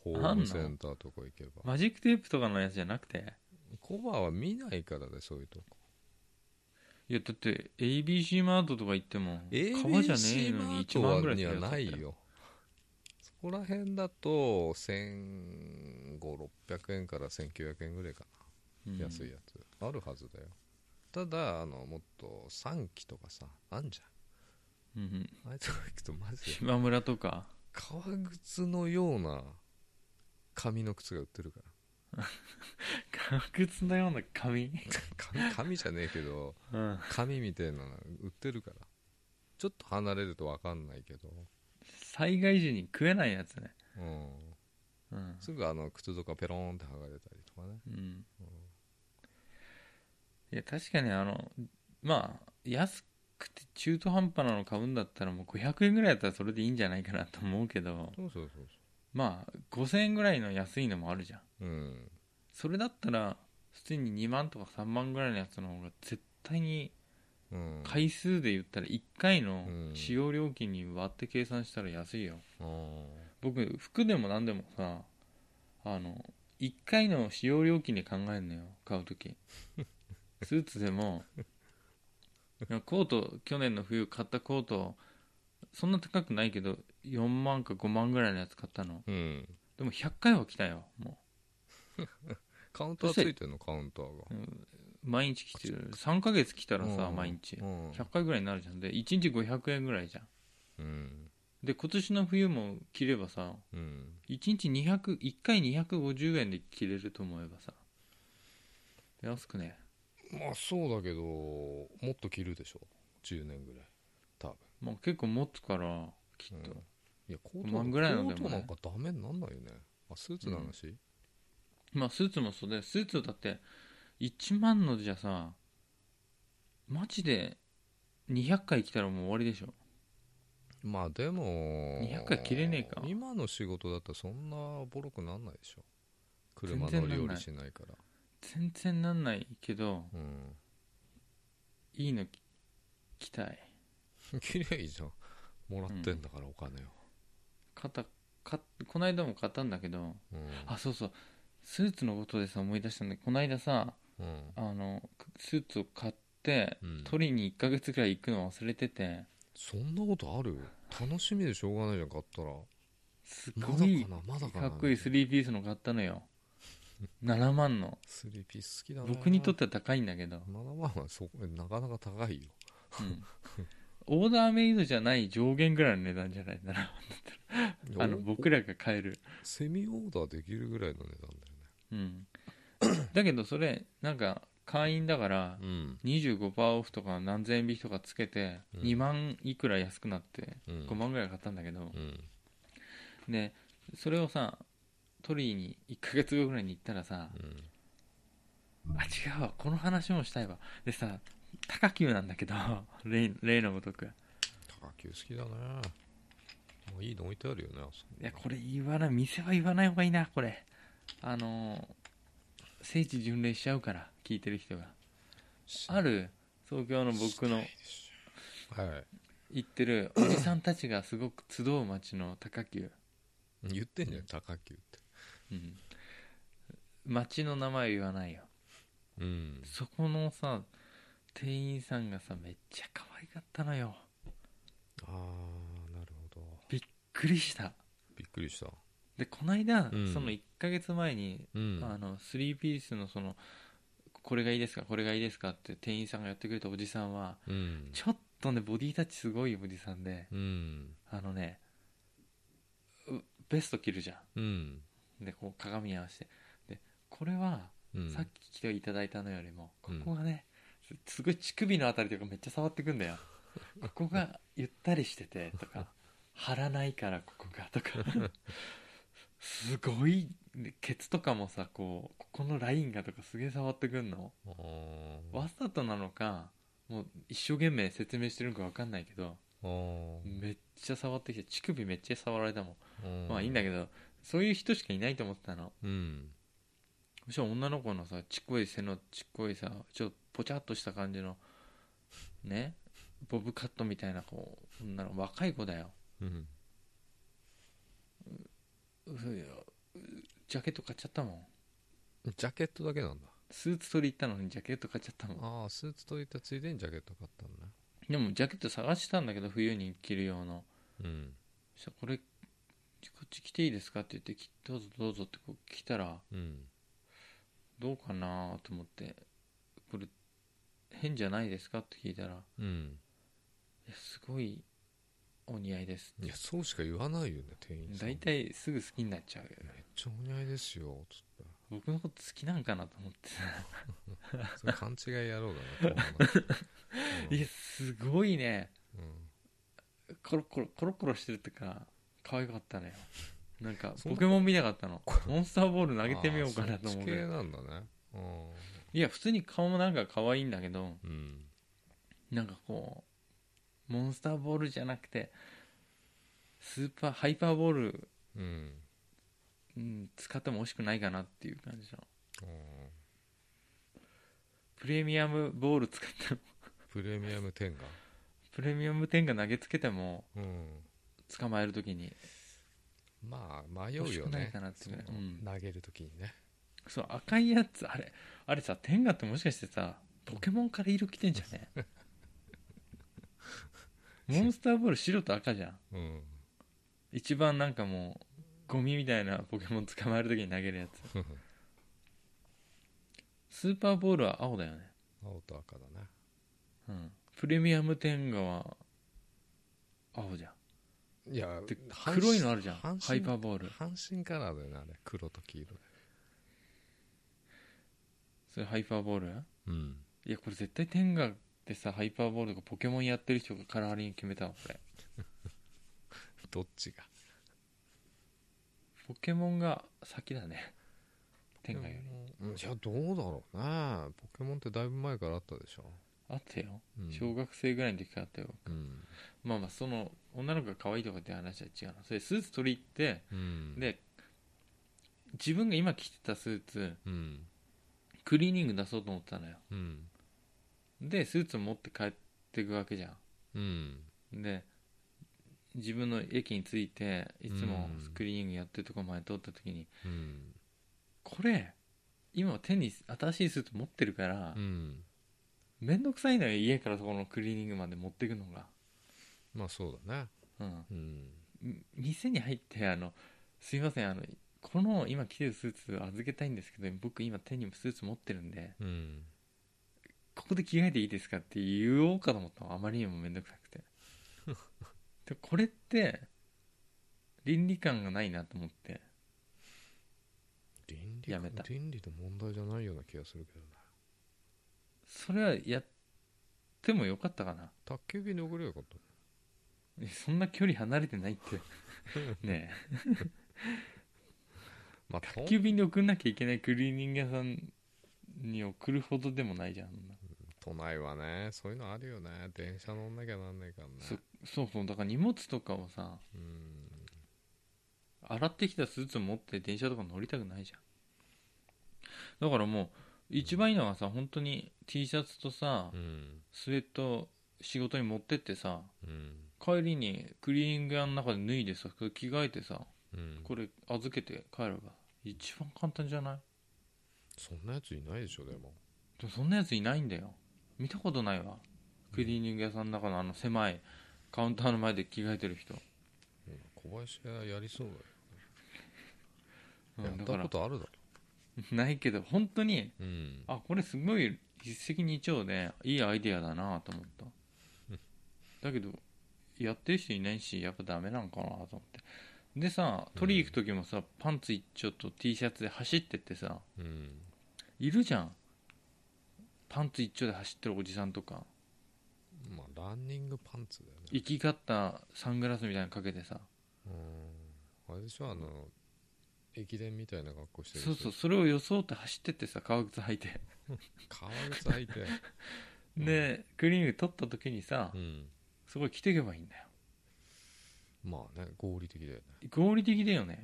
[SPEAKER 1] ホームセンターとか行けば
[SPEAKER 2] マジックテープとかのやつじゃなくて
[SPEAKER 1] コバは見ないからねそういうとこ
[SPEAKER 2] いやだって ABC マートとか行っても革じゃねえ
[SPEAKER 1] ABC
[SPEAKER 2] の
[SPEAKER 1] マ
[SPEAKER 2] に
[SPEAKER 1] ー
[SPEAKER 2] 1
[SPEAKER 1] ト
[SPEAKER 2] 万
[SPEAKER 1] は
[SPEAKER 2] ぐらい
[SPEAKER 1] に
[SPEAKER 2] す
[SPEAKER 1] は
[SPEAKER 2] るやつだった
[SPEAKER 1] ないよそこら辺だと1500600円から1900円ぐらいか
[SPEAKER 2] うん
[SPEAKER 1] な安いやつ、あるはずだよただあのもっと3期とかさあんじ
[SPEAKER 2] うんうん
[SPEAKER 1] ゃんあいつが行くとマジで
[SPEAKER 2] 島村とか
[SPEAKER 1] 革靴のような紙の靴が売ってるから
[SPEAKER 2] 革靴のような紙
[SPEAKER 1] 紙紙じゃねえけど
[SPEAKER 2] <laughs> うん
[SPEAKER 1] 紙みたいなの売ってるからちょっと離れると分かんないけど、
[SPEAKER 2] 災害時に食えないやつね
[SPEAKER 1] うん、
[SPEAKER 2] うん、
[SPEAKER 1] すぐあの靴とかペローンって剥がれたりとかね
[SPEAKER 2] うん、いや確かにあのまあ安くて中途半端なの買うんだったらもう500円ぐらいだったらそれでいいんじゃないかなと思うけど
[SPEAKER 1] そうそうそう
[SPEAKER 2] まあ5000円ぐらいの安いのもあるじゃん
[SPEAKER 1] そううん
[SPEAKER 2] それだったら普通に2万とか3万ぐらいのやつの方が絶対に
[SPEAKER 1] うん
[SPEAKER 2] 回数で言ったら1回の
[SPEAKER 1] うん
[SPEAKER 2] 使用料金に割って計算したら安いよ
[SPEAKER 1] うん
[SPEAKER 2] 僕服でも何でもさあの1回の使用料金で考えるのよ買
[SPEAKER 1] <laughs>
[SPEAKER 2] う時スーツでもいやコート去年の冬買ったコートそんな高くないけど4万か5万ぐらいのやつ買ったの
[SPEAKER 1] うん
[SPEAKER 2] でも100回は来たよも
[SPEAKER 1] カウンターついてんのカウンターが
[SPEAKER 2] う、うん毎日来てる3ヶ月来たらさ
[SPEAKER 1] うん
[SPEAKER 2] 毎日
[SPEAKER 1] うん
[SPEAKER 2] 100回ぐらいになるじゃんで1日500円ぐらいじゃん
[SPEAKER 1] うん
[SPEAKER 2] で今年の冬も着ればさ
[SPEAKER 1] うん
[SPEAKER 2] 1日200 1回250円で切れると思えばさ安くね
[SPEAKER 1] まあそうだけどもっと着るでしょ10年ぐらい多分
[SPEAKER 2] もう結構持つからきっと、
[SPEAKER 1] うんいやコー
[SPEAKER 2] 五
[SPEAKER 1] ト
[SPEAKER 2] 万ぐらいのでもね
[SPEAKER 1] コートなんかダメになんないよねあスーツの話、
[SPEAKER 2] まあスーツもそうだよスーツだって1万のじゃさマジで200回来たらもう終わりでしょ
[SPEAKER 1] まあでも
[SPEAKER 2] 200回切れねえか
[SPEAKER 1] 今の仕事だったらそんなボロくなんないでしょ車
[SPEAKER 2] 全
[SPEAKER 1] 乗
[SPEAKER 2] 然な
[SPEAKER 1] り
[SPEAKER 2] ん
[SPEAKER 1] 降
[SPEAKER 2] ない
[SPEAKER 1] りしないから
[SPEAKER 2] 全然なんないけどいいのき着たい
[SPEAKER 1] うん切ればいいじゃんもらってんだからお金を、
[SPEAKER 2] 肩かこないだも買ったんだけど
[SPEAKER 1] うん
[SPEAKER 2] あそうそうスーツのことでさ思い出したんだけどこないださ
[SPEAKER 1] うん
[SPEAKER 2] あのスーツを買って
[SPEAKER 1] うん
[SPEAKER 2] 取りに1ヶ月くらい行くの忘れてて
[SPEAKER 1] そんなことある楽しみでしょうがないじゃん買ったら
[SPEAKER 2] す
[SPEAKER 1] まだ
[SPEAKER 2] ごい
[SPEAKER 1] かなまだかな
[SPEAKER 2] かっこいい3ピースの買ったの
[SPEAKER 1] <laughs>
[SPEAKER 2] よ7万の
[SPEAKER 1] スリーピース好きだな
[SPEAKER 2] 僕にとっては高いんだけど、
[SPEAKER 1] 7万はそこなかなか高いよ
[SPEAKER 2] うんオーダーメイドじゃない上限ぐらいの値段じゃないならあの
[SPEAKER 1] お
[SPEAKER 2] 僕らが買える、
[SPEAKER 1] セミオーダーできるぐらいの値段だよね
[SPEAKER 2] うん、だけどそれなんか会員だから
[SPEAKER 1] うん
[SPEAKER 2] 25%オフとか何千円引きとかつけて
[SPEAKER 1] うん
[SPEAKER 2] 2万いくら安くなって
[SPEAKER 1] うん
[SPEAKER 2] 5万ぐらい買ったんだけ
[SPEAKER 1] う
[SPEAKER 2] ど
[SPEAKER 1] ん
[SPEAKER 2] でそれをさ取りに1ヶ月後ぐらいに行ったらさ
[SPEAKER 1] うん
[SPEAKER 2] あ違うわこの話もしたいわでさ高級なんだけど <laughs> 例例のごとく
[SPEAKER 1] 高級好きだねもういいの置いてあるよねあそこ
[SPEAKER 2] いやこれ言わない店は言わない方がいいなこれあのー聖地巡礼しちゃうから聞いてる人がある東京の僕の
[SPEAKER 1] はい
[SPEAKER 2] 行ってるおじさんたちがすごく集う町の高級、
[SPEAKER 1] 言ってんじゃん高級って
[SPEAKER 2] うん、町の名前言わないよ
[SPEAKER 1] うん
[SPEAKER 2] そこのさ店員さんがさめっちゃ可愛かったのよ
[SPEAKER 1] ああなるほど
[SPEAKER 2] びっくりした
[SPEAKER 1] びっくりした
[SPEAKER 2] でこの間、
[SPEAKER 1] うん
[SPEAKER 2] その1ヶ月前に、
[SPEAKER 1] うん
[SPEAKER 2] あの3ピースのそのこれがいいですかこれがいいですかって店員さんがやってくれたおじさんは
[SPEAKER 1] うん
[SPEAKER 2] ちょっとねボディタッチすごいおじさんで
[SPEAKER 1] うん
[SPEAKER 2] あのねうベスト着るじゃ
[SPEAKER 1] うん
[SPEAKER 2] んでこう鏡合わせてでこれは
[SPEAKER 1] うん
[SPEAKER 2] さっき来ていただいたのよりも、
[SPEAKER 1] うん
[SPEAKER 2] ここがねすすごい乳首のあたりとかめっちゃ触ってく
[SPEAKER 1] <laughs>
[SPEAKER 2] んだよここがゆったりしててとか張らないからここがとかすごいねケツとかもさこうここのラインがとかすげえ触ってくんの
[SPEAKER 1] あー
[SPEAKER 2] わざとなのかもう一生懸命説明してるのか分かんないけど
[SPEAKER 1] あー
[SPEAKER 2] めっちゃ触ってきて乳首めっちゃ触られたもん、
[SPEAKER 1] うん
[SPEAKER 2] まあいいんだけどそういう人しかいないと思ってたの
[SPEAKER 1] うん
[SPEAKER 2] むしろ女の子のさちっこい背のちっこいさちょっとぽちゃっとした感じのねボブカットみたいな子女の若い子だよ
[SPEAKER 1] うん
[SPEAKER 2] うそやうジャケット買っちゃったもん
[SPEAKER 1] ジャケットだけなんだ
[SPEAKER 2] スーツ取り行ったのにジャケット買っちゃったもん
[SPEAKER 1] ああスーツといったついでにジャケット買ったんだ
[SPEAKER 2] でもジャケット探したんだけど冬に着る用の
[SPEAKER 1] うん
[SPEAKER 2] そしたらこれこっち着ていいですかって言ってきどうぞどうぞってこう来たら
[SPEAKER 1] うん
[SPEAKER 2] どうかなと思ってこれ変じゃないですかって聞いたらい
[SPEAKER 1] うん
[SPEAKER 2] やすごいお似合いですって
[SPEAKER 1] いやそうしか言わないよね店員さん
[SPEAKER 2] 大体すぐ好きになっちゃうよ
[SPEAKER 1] め
[SPEAKER 2] ね
[SPEAKER 1] っちゃお似合いですよつって
[SPEAKER 2] <laughs> 僕のこと好きなんかなと思ってさ
[SPEAKER 1] それ勘違い野郎だなと思うな
[SPEAKER 2] <laughs> いやすごいね
[SPEAKER 1] うん
[SPEAKER 2] コロコロコロコロしてるってか可愛かっ
[SPEAKER 1] <laughs>
[SPEAKER 2] たねなんか
[SPEAKER 1] そん
[SPEAKER 2] ポ
[SPEAKER 1] な
[SPEAKER 2] ケモン見たかったのモンスターボール投げてみようかなと思
[SPEAKER 1] あーそっち
[SPEAKER 2] うぐら
[SPEAKER 1] 系
[SPEAKER 2] い
[SPEAKER 1] なんだねうん
[SPEAKER 2] いや普通に顔もなんか可愛いんだけど
[SPEAKER 1] うん
[SPEAKER 2] なんかこうモンスターボールじゃなくてスーパーハイパーボール、
[SPEAKER 1] うん
[SPEAKER 2] うん、使っても惜しくないかなっていう感じの
[SPEAKER 1] うん
[SPEAKER 2] プレミアムボール使っても
[SPEAKER 1] プレミアム天が
[SPEAKER 2] プレミアム10が投げつけても
[SPEAKER 1] うん
[SPEAKER 2] 捕まえるときに
[SPEAKER 1] まあ迷う
[SPEAKER 2] 欲し
[SPEAKER 1] よ
[SPEAKER 2] くない
[SPEAKER 1] ね
[SPEAKER 2] かなっていうね
[SPEAKER 1] その
[SPEAKER 2] うん
[SPEAKER 1] 投げるときにね
[SPEAKER 2] そう赤いやつあれあれさ天下ってもしかしてさポケモンから色来てんじ
[SPEAKER 1] <laughs>
[SPEAKER 2] ゃねモンスターボール白と赤じゃん
[SPEAKER 1] うん
[SPEAKER 2] 一番なんかもうゴミみたいなポケモン捕まえる時に投げる
[SPEAKER 1] <laughs>
[SPEAKER 2] やつスーパーボールは青だよね
[SPEAKER 1] 青と赤だね
[SPEAKER 2] うんプレミアム天下は青じゃん
[SPEAKER 1] いや
[SPEAKER 2] で
[SPEAKER 1] 阪神
[SPEAKER 2] 黒いのあるじゃん
[SPEAKER 1] 阪神
[SPEAKER 2] ハイパーボール
[SPEAKER 1] 阪神カラーだよねあれ黒と黄色で
[SPEAKER 2] それハイパーボール
[SPEAKER 1] うん
[SPEAKER 2] いやこれ絶対天下ってさハイパーボールとかポケモンやってる人がカラーリング決めたわこれ
[SPEAKER 1] どっちが
[SPEAKER 2] ポケモンが先だね天下より
[SPEAKER 1] うんいやどうだろうねポケモンってだいぶ前からあったでしょ、
[SPEAKER 2] あったよ
[SPEAKER 1] うん
[SPEAKER 2] 小学生ぐらいの時からあったよ、
[SPEAKER 1] うん
[SPEAKER 2] まあまあその女の子が可愛いとかって話は違うのそれスーツ取り入って
[SPEAKER 1] うん、
[SPEAKER 2] で自分が今着てたスーツ
[SPEAKER 1] うん
[SPEAKER 2] クリーニング出そうと思ってたのよ
[SPEAKER 1] うん
[SPEAKER 2] でスーツを持って帰っていくわけじゃ
[SPEAKER 1] うん
[SPEAKER 2] んで自分の駅に着いていつも
[SPEAKER 1] うん
[SPEAKER 2] クリーニングやってるとこ前通った時に、
[SPEAKER 1] うん
[SPEAKER 2] これ今手に新しいスーツ持ってるから、
[SPEAKER 1] うん
[SPEAKER 2] めんどくさいのよ家からそこのクリーニングまで持ってくのが
[SPEAKER 1] まあそうだね
[SPEAKER 2] うん
[SPEAKER 1] うん
[SPEAKER 2] み店に入ってあのすいませんあのこの今着てるスーツ預けたいんですけど僕今手にスーツ持ってるんで
[SPEAKER 1] うん
[SPEAKER 2] ここで着替えていいですかって言おうかと思ったのあまりにも面倒くさくてでこれって倫理観がないなと思って
[SPEAKER 1] 倫理
[SPEAKER 2] やめた
[SPEAKER 1] 倫理の問題じゃないような気がするけどね
[SPEAKER 2] それはやってもよかったかな
[SPEAKER 1] 宅急便で送ればよかっ
[SPEAKER 2] えそんな距離離れてないってねえ
[SPEAKER 1] た、まあ、
[SPEAKER 2] 宅急便で送んなきゃいけないクリーニング屋さんに送るほどでもないじゃん
[SPEAKER 1] 都内はねそういうのあるよね電車乗んなきゃなんないからね
[SPEAKER 2] そそうそうだから荷物とかをさ
[SPEAKER 1] うん
[SPEAKER 2] 洗ってきたスーツ持って電車とか乗りたくないじゃんだからもう一番いいのはさ本当に T シャツとさ
[SPEAKER 1] うん
[SPEAKER 2] スウェット仕事に持ってってさ
[SPEAKER 1] うん
[SPEAKER 2] 帰りにクリーニング屋の中で脱いでさそれ着替えてさ
[SPEAKER 1] うん
[SPEAKER 2] これ預けて帰れば一番簡単じゃない
[SPEAKER 1] そんなやついないでしょでも
[SPEAKER 2] でもそんなやついないんだよ見たことないわクリーニング屋さんの中のあの狭いカウンターの前で着替えてる人、
[SPEAKER 1] うん小林がやりそう
[SPEAKER 2] う
[SPEAKER 1] だよ、や
[SPEAKER 2] ん、だか
[SPEAKER 1] ったこ
[SPEAKER 2] ら
[SPEAKER 1] とあるだろ
[SPEAKER 2] <laughs> ないけど本当に
[SPEAKER 1] うん
[SPEAKER 2] あこれすごい一石二鳥でいいアイデアだなと思っただけどやってる人いないしやっぱダメなんかなと思ってでさ取り行く時もさ、パンツ一丁と T シャツで走ってってさ
[SPEAKER 1] うん
[SPEAKER 2] いるじゃんパンツ一丁で走ってるおじさんとか
[SPEAKER 1] まあランニングパンツだよね
[SPEAKER 2] 行き交ったサングラスみたいなのかけてさ
[SPEAKER 1] うんあれでしょあの駅伝みたいな格好してる
[SPEAKER 2] そうそうそれを装って走ってってさ革靴履いて
[SPEAKER 1] 革靴履い
[SPEAKER 2] <laughs>
[SPEAKER 1] てうん
[SPEAKER 2] でクリーニング取った時にさ
[SPEAKER 1] うん
[SPEAKER 2] そこに着ていけばいいんだよ
[SPEAKER 1] まあね合理的だよね
[SPEAKER 2] 合理的だよ
[SPEAKER 1] う
[SPEAKER 2] ね
[SPEAKER 1] ん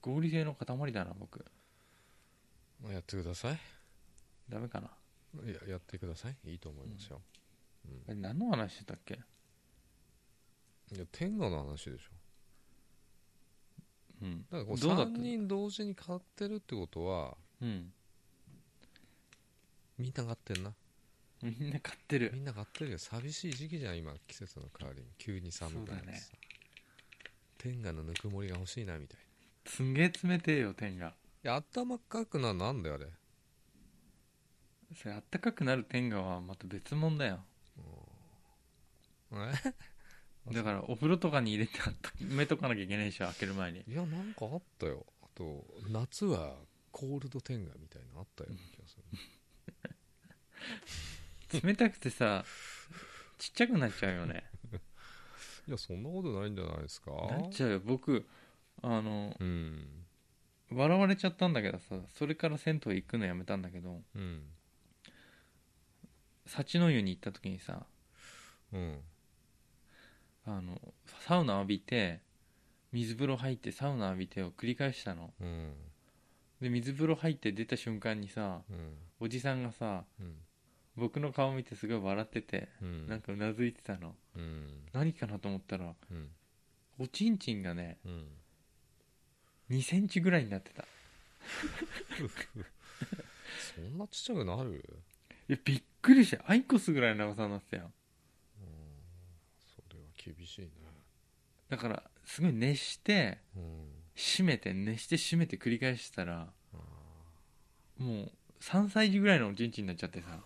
[SPEAKER 2] 合理性の塊だな僕
[SPEAKER 1] まあやってください
[SPEAKER 2] ダメかな
[SPEAKER 1] や
[SPEAKER 2] い
[SPEAKER 1] やってくださいいいと思いますよ、うん
[SPEAKER 2] あれ何の話してたっけ
[SPEAKER 1] いや天下の話でしょ
[SPEAKER 2] うん
[SPEAKER 1] だからこう
[SPEAKER 2] どうだっ
[SPEAKER 1] 3
[SPEAKER 2] た
[SPEAKER 1] 人同時に買ってるってことは
[SPEAKER 2] うん
[SPEAKER 1] みんな買ってんな
[SPEAKER 2] みんな買ってる
[SPEAKER 1] みんな買ってるよ寂しい時期じゃん今季節の変わりに急に寒くな
[SPEAKER 2] そ
[SPEAKER 1] る
[SPEAKER 2] うだ
[SPEAKER 1] し
[SPEAKER 2] ね
[SPEAKER 1] さ、天下のぬくもりが欲しいなみたい
[SPEAKER 2] すんげえ冷てえよ天が
[SPEAKER 1] ないや頭かくなるのなんだよあれ
[SPEAKER 2] それあったかくなる天がはまた別物だよ
[SPEAKER 1] え <laughs>
[SPEAKER 2] だからお風呂とかに入れてあっためとかなきゃいけないでしょ開ける前に
[SPEAKER 1] いやなんかあったよあと夏はコールド天下みたいなのあったような気がする
[SPEAKER 2] 冷たくてさちっちゃくなっちゃうよね
[SPEAKER 1] いやそんなことないんじゃないですか
[SPEAKER 2] なっちゃうよ僕あの
[SPEAKER 1] うん
[SPEAKER 2] 笑われちゃったんだけどさそれから銭湯行くのやめたんだけど
[SPEAKER 1] うん
[SPEAKER 2] 幸の湯に行った時にさ
[SPEAKER 1] うん
[SPEAKER 2] あのサウナ浴びて水風呂入ってサウナ浴びてを繰り返したの
[SPEAKER 1] うん
[SPEAKER 2] で水風呂入って出た瞬間にさ
[SPEAKER 1] うん
[SPEAKER 2] おじさんがさ
[SPEAKER 1] うん
[SPEAKER 2] 僕の顔見てすごい笑ってて
[SPEAKER 1] うん
[SPEAKER 2] なんかうなずいてたの
[SPEAKER 1] うん
[SPEAKER 2] 何かなと思ったら
[SPEAKER 1] うん
[SPEAKER 2] おちんちんがね
[SPEAKER 1] うん
[SPEAKER 2] 2センチぐらいになってたい
[SPEAKER 1] そんなちっちゃくなる
[SPEAKER 2] やびっくりしてアイコスぐらいの長さになってたよ
[SPEAKER 1] うんそれは厳しいね
[SPEAKER 2] だからすごい熱して
[SPEAKER 1] うん
[SPEAKER 2] 締めて熱して締めて繰り返したら
[SPEAKER 1] あ
[SPEAKER 2] もう3歳児ぐらいのおちんちんになっちゃってさ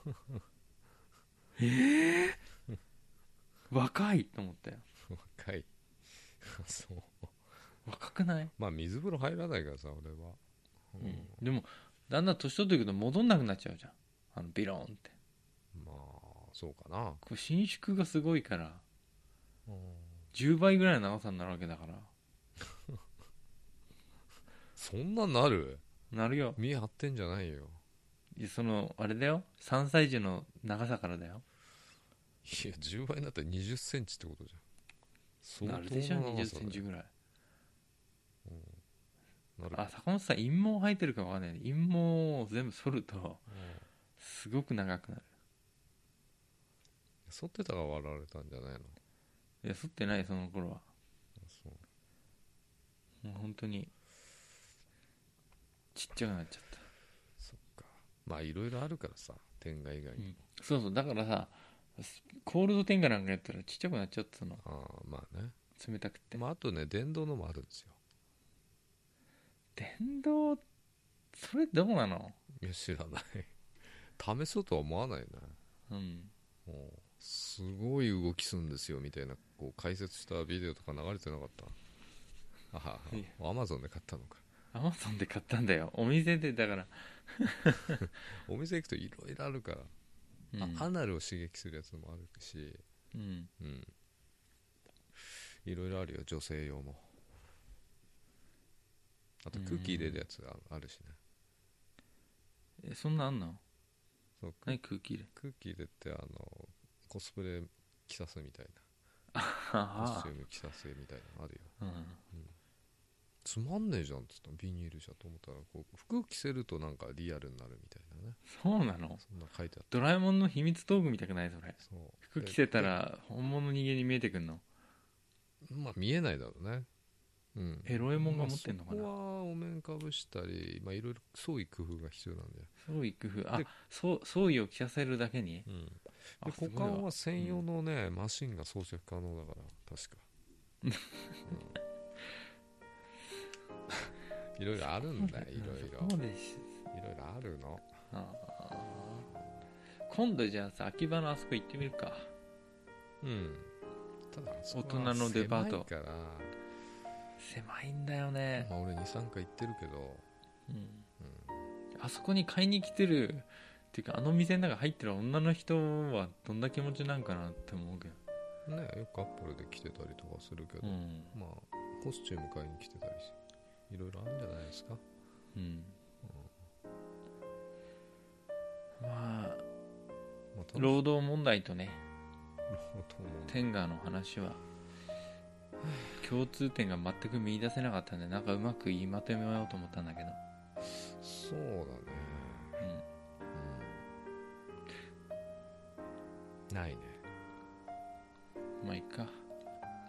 [SPEAKER 2] えー、若いと思ったよ
[SPEAKER 1] ー若いそう
[SPEAKER 2] 若くない、
[SPEAKER 1] まあ水風呂入らないからさ俺はう
[SPEAKER 2] でもだんだん年取っていくと戻んなくなっちゃうじゃんあのビローンって
[SPEAKER 1] まあそうかな
[SPEAKER 2] こう伸縮がすごいから
[SPEAKER 1] うん
[SPEAKER 2] 10倍ぐらいの長さになるわけだから
[SPEAKER 1] そんななる
[SPEAKER 2] なるよ
[SPEAKER 1] 見張ってんじゃないよ
[SPEAKER 2] いやそのあれだよ3歳児の長さからだよ
[SPEAKER 1] いや10倍になったら2 0センチってことじゃん相
[SPEAKER 2] なるでしょ
[SPEAKER 1] 当
[SPEAKER 2] 2
[SPEAKER 1] な長さ
[SPEAKER 2] 0ンチぐ
[SPEAKER 1] だ
[SPEAKER 2] らい
[SPEAKER 1] よな
[SPEAKER 2] あ
[SPEAKER 1] る
[SPEAKER 2] 坂本さん陰毛生えてるかわかんない陰毛を全部剃ると
[SPEAKER 1] うん
[SPEAKER 2] すごく長くなる
[SPEAKER 1] 剃ってたから笑われたんじゃないの
[SPEAKER 2] いや剃ってないその頃は
[SPEAKER 1] そう
[SPEAKER 2] もう本当にちっちゃくなっちゃった、
[SPEAKER 1] そっかまあいろいろあるからさ天外以外に、
[SPEAKER 2] そうそうだからさスコールド天下なんかやったらちっちゃくなっちゃったの
[SPEAKER 1] ああまあね
[SPEAKER 2] 冷たくて、
[SPEAKER 1] まああとね電動のもあるんですよ
[SPEAKER 2] 電動それどうなの
[SPEAKER 1] いや知らない試そうとは思わないね
[SPEAKER 2] うん
[SPEAKER 1] もうすごい動きすんですよみたいなこう解説したビデオとか流れてなかったあ
[SPEAKER 2] い
[SPEAKER 1] あアマゾンで買ったのか
[SPEAKER 2] アマゾンで買ったんだよお店でだから、
[SPEAKER 1] お店行くといろいろあるから、
[SPEAKER 2] うん、
[SPEAKER 1] あアナルを刺激するやつもあるし
[SPEAKER 2] うん
[SPEAKER 1] うんいろいろあるよ女性用もあと
[SPEAKER 2] うん
[SPEAKER 1] クッキー入れるやつああるしね
[SPEAKER 2] えそんなんあんの
[SPEAKER 1] そうク
[SPEAKER 2] 何空気入れ
[SPEAKER 1] クッキー入れてあのコスプレ着さすみたいなコス
[SPEAKER 2] あ
[SPEAKER 1] チューム着させみたいなのあるよ
[SPEAKER 2] あ、うん、
[SPEAKER 1] つまんねえじゃんっつったのビニールじゃと思ったらこう服着せるとなんかリアルになるみたいなね
[SPEAKER 2] そうなの
[SPEAKER 1] そんな書いてあっ
[SPEAKER 2] ドラえもんの秘密道具みたくないそれ
[SPEAKER 1] たそう
[SPEAKER 2] 服着せた
[SPEAKER 1] で
[SPEAKER 2] ら本物人間に見えてくんの
[SPEAKER 1] まあ見えないだろうねうん
[SPEAKER 2] エロエモンが持ってんのかな
[SPEAKER 1] まあそこはお面かぶしたりまあいろいろ創意工夫が必要なんだよ
[SPEAKER 2] 創意工夫あ
[SPEAKER 1] で
[SPEAKER 2] そう創意を着させるだけに
[SPEAKER 1] うん
[SPEAKER 2] あ
[SPEAKER 1] です
[SPEAKER 2] ご
[SPEAKER 1] 股
[SPEAKER 2] いわ
[SPEAKER 1] 間は専用のね、マシンが装着可能だから確
[SPEAKER 2] <laughs>
[SPEAKER 1] か、うん <laughs> いろいろあるんだよいろい
[SPEAKER 2] そこ
[SPEAKER 1] ろ
[SPEAKER 2] <laughs> までし
[SPEAKER 1] いろいろあるの
[SPEAKER 2] ああ今度じゃあさ秋葉のあそこ行ってみるか
[SPEAKER 1] うんただあそこは
[SPEAKER 2] 大人のデパート
[SPEAKER 1] 狭いから、
[SPEAKER 2] 狭いんだよね、
[SPEAKER 1] まあ、俺23回行ってるけど
[SPEAKER 2] うんあそこに買いに来てるっていうかあの店の中入ってる女の人はどんな気持ちなんかなって思うけど、
[SPEAKER 1] ねよくアップルで着てたりとかするけ
[SPEAKER 2] う
[SPEAKER 1] ど、
[SPEAKER 2] ん
[SPEAKER 1] まあコスチューム買いに来てたりしいろいろあるんじゃないですか
[SPEAKER 2] うん、まあ
[SPEAKER 1] まあ、ただ
[SPEAKER 2] 労働問題とね
[SPEAKER 1] 労働も
[SPEAKER 2] テンガーの話は共通点が全く見出せなかったんでなんかうまく言いまとめようと思ったんだけど、
[SPEAKER 1] そうだね
[SPEAKER 2] うん
[SPEAKER 1] うんないね
[SPEAKER 2] まあいっか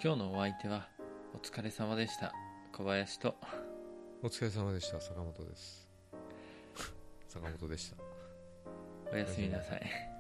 [SPEAKER 2] 今日のお相手はお疲れ様でした小林と
[SPEAKER 1] お疲れ様で
[SPEAKER 2] <laughs>
[SPEAKER 1] した坂本です坂本でした
[SPEAKER 2] おやすみなさい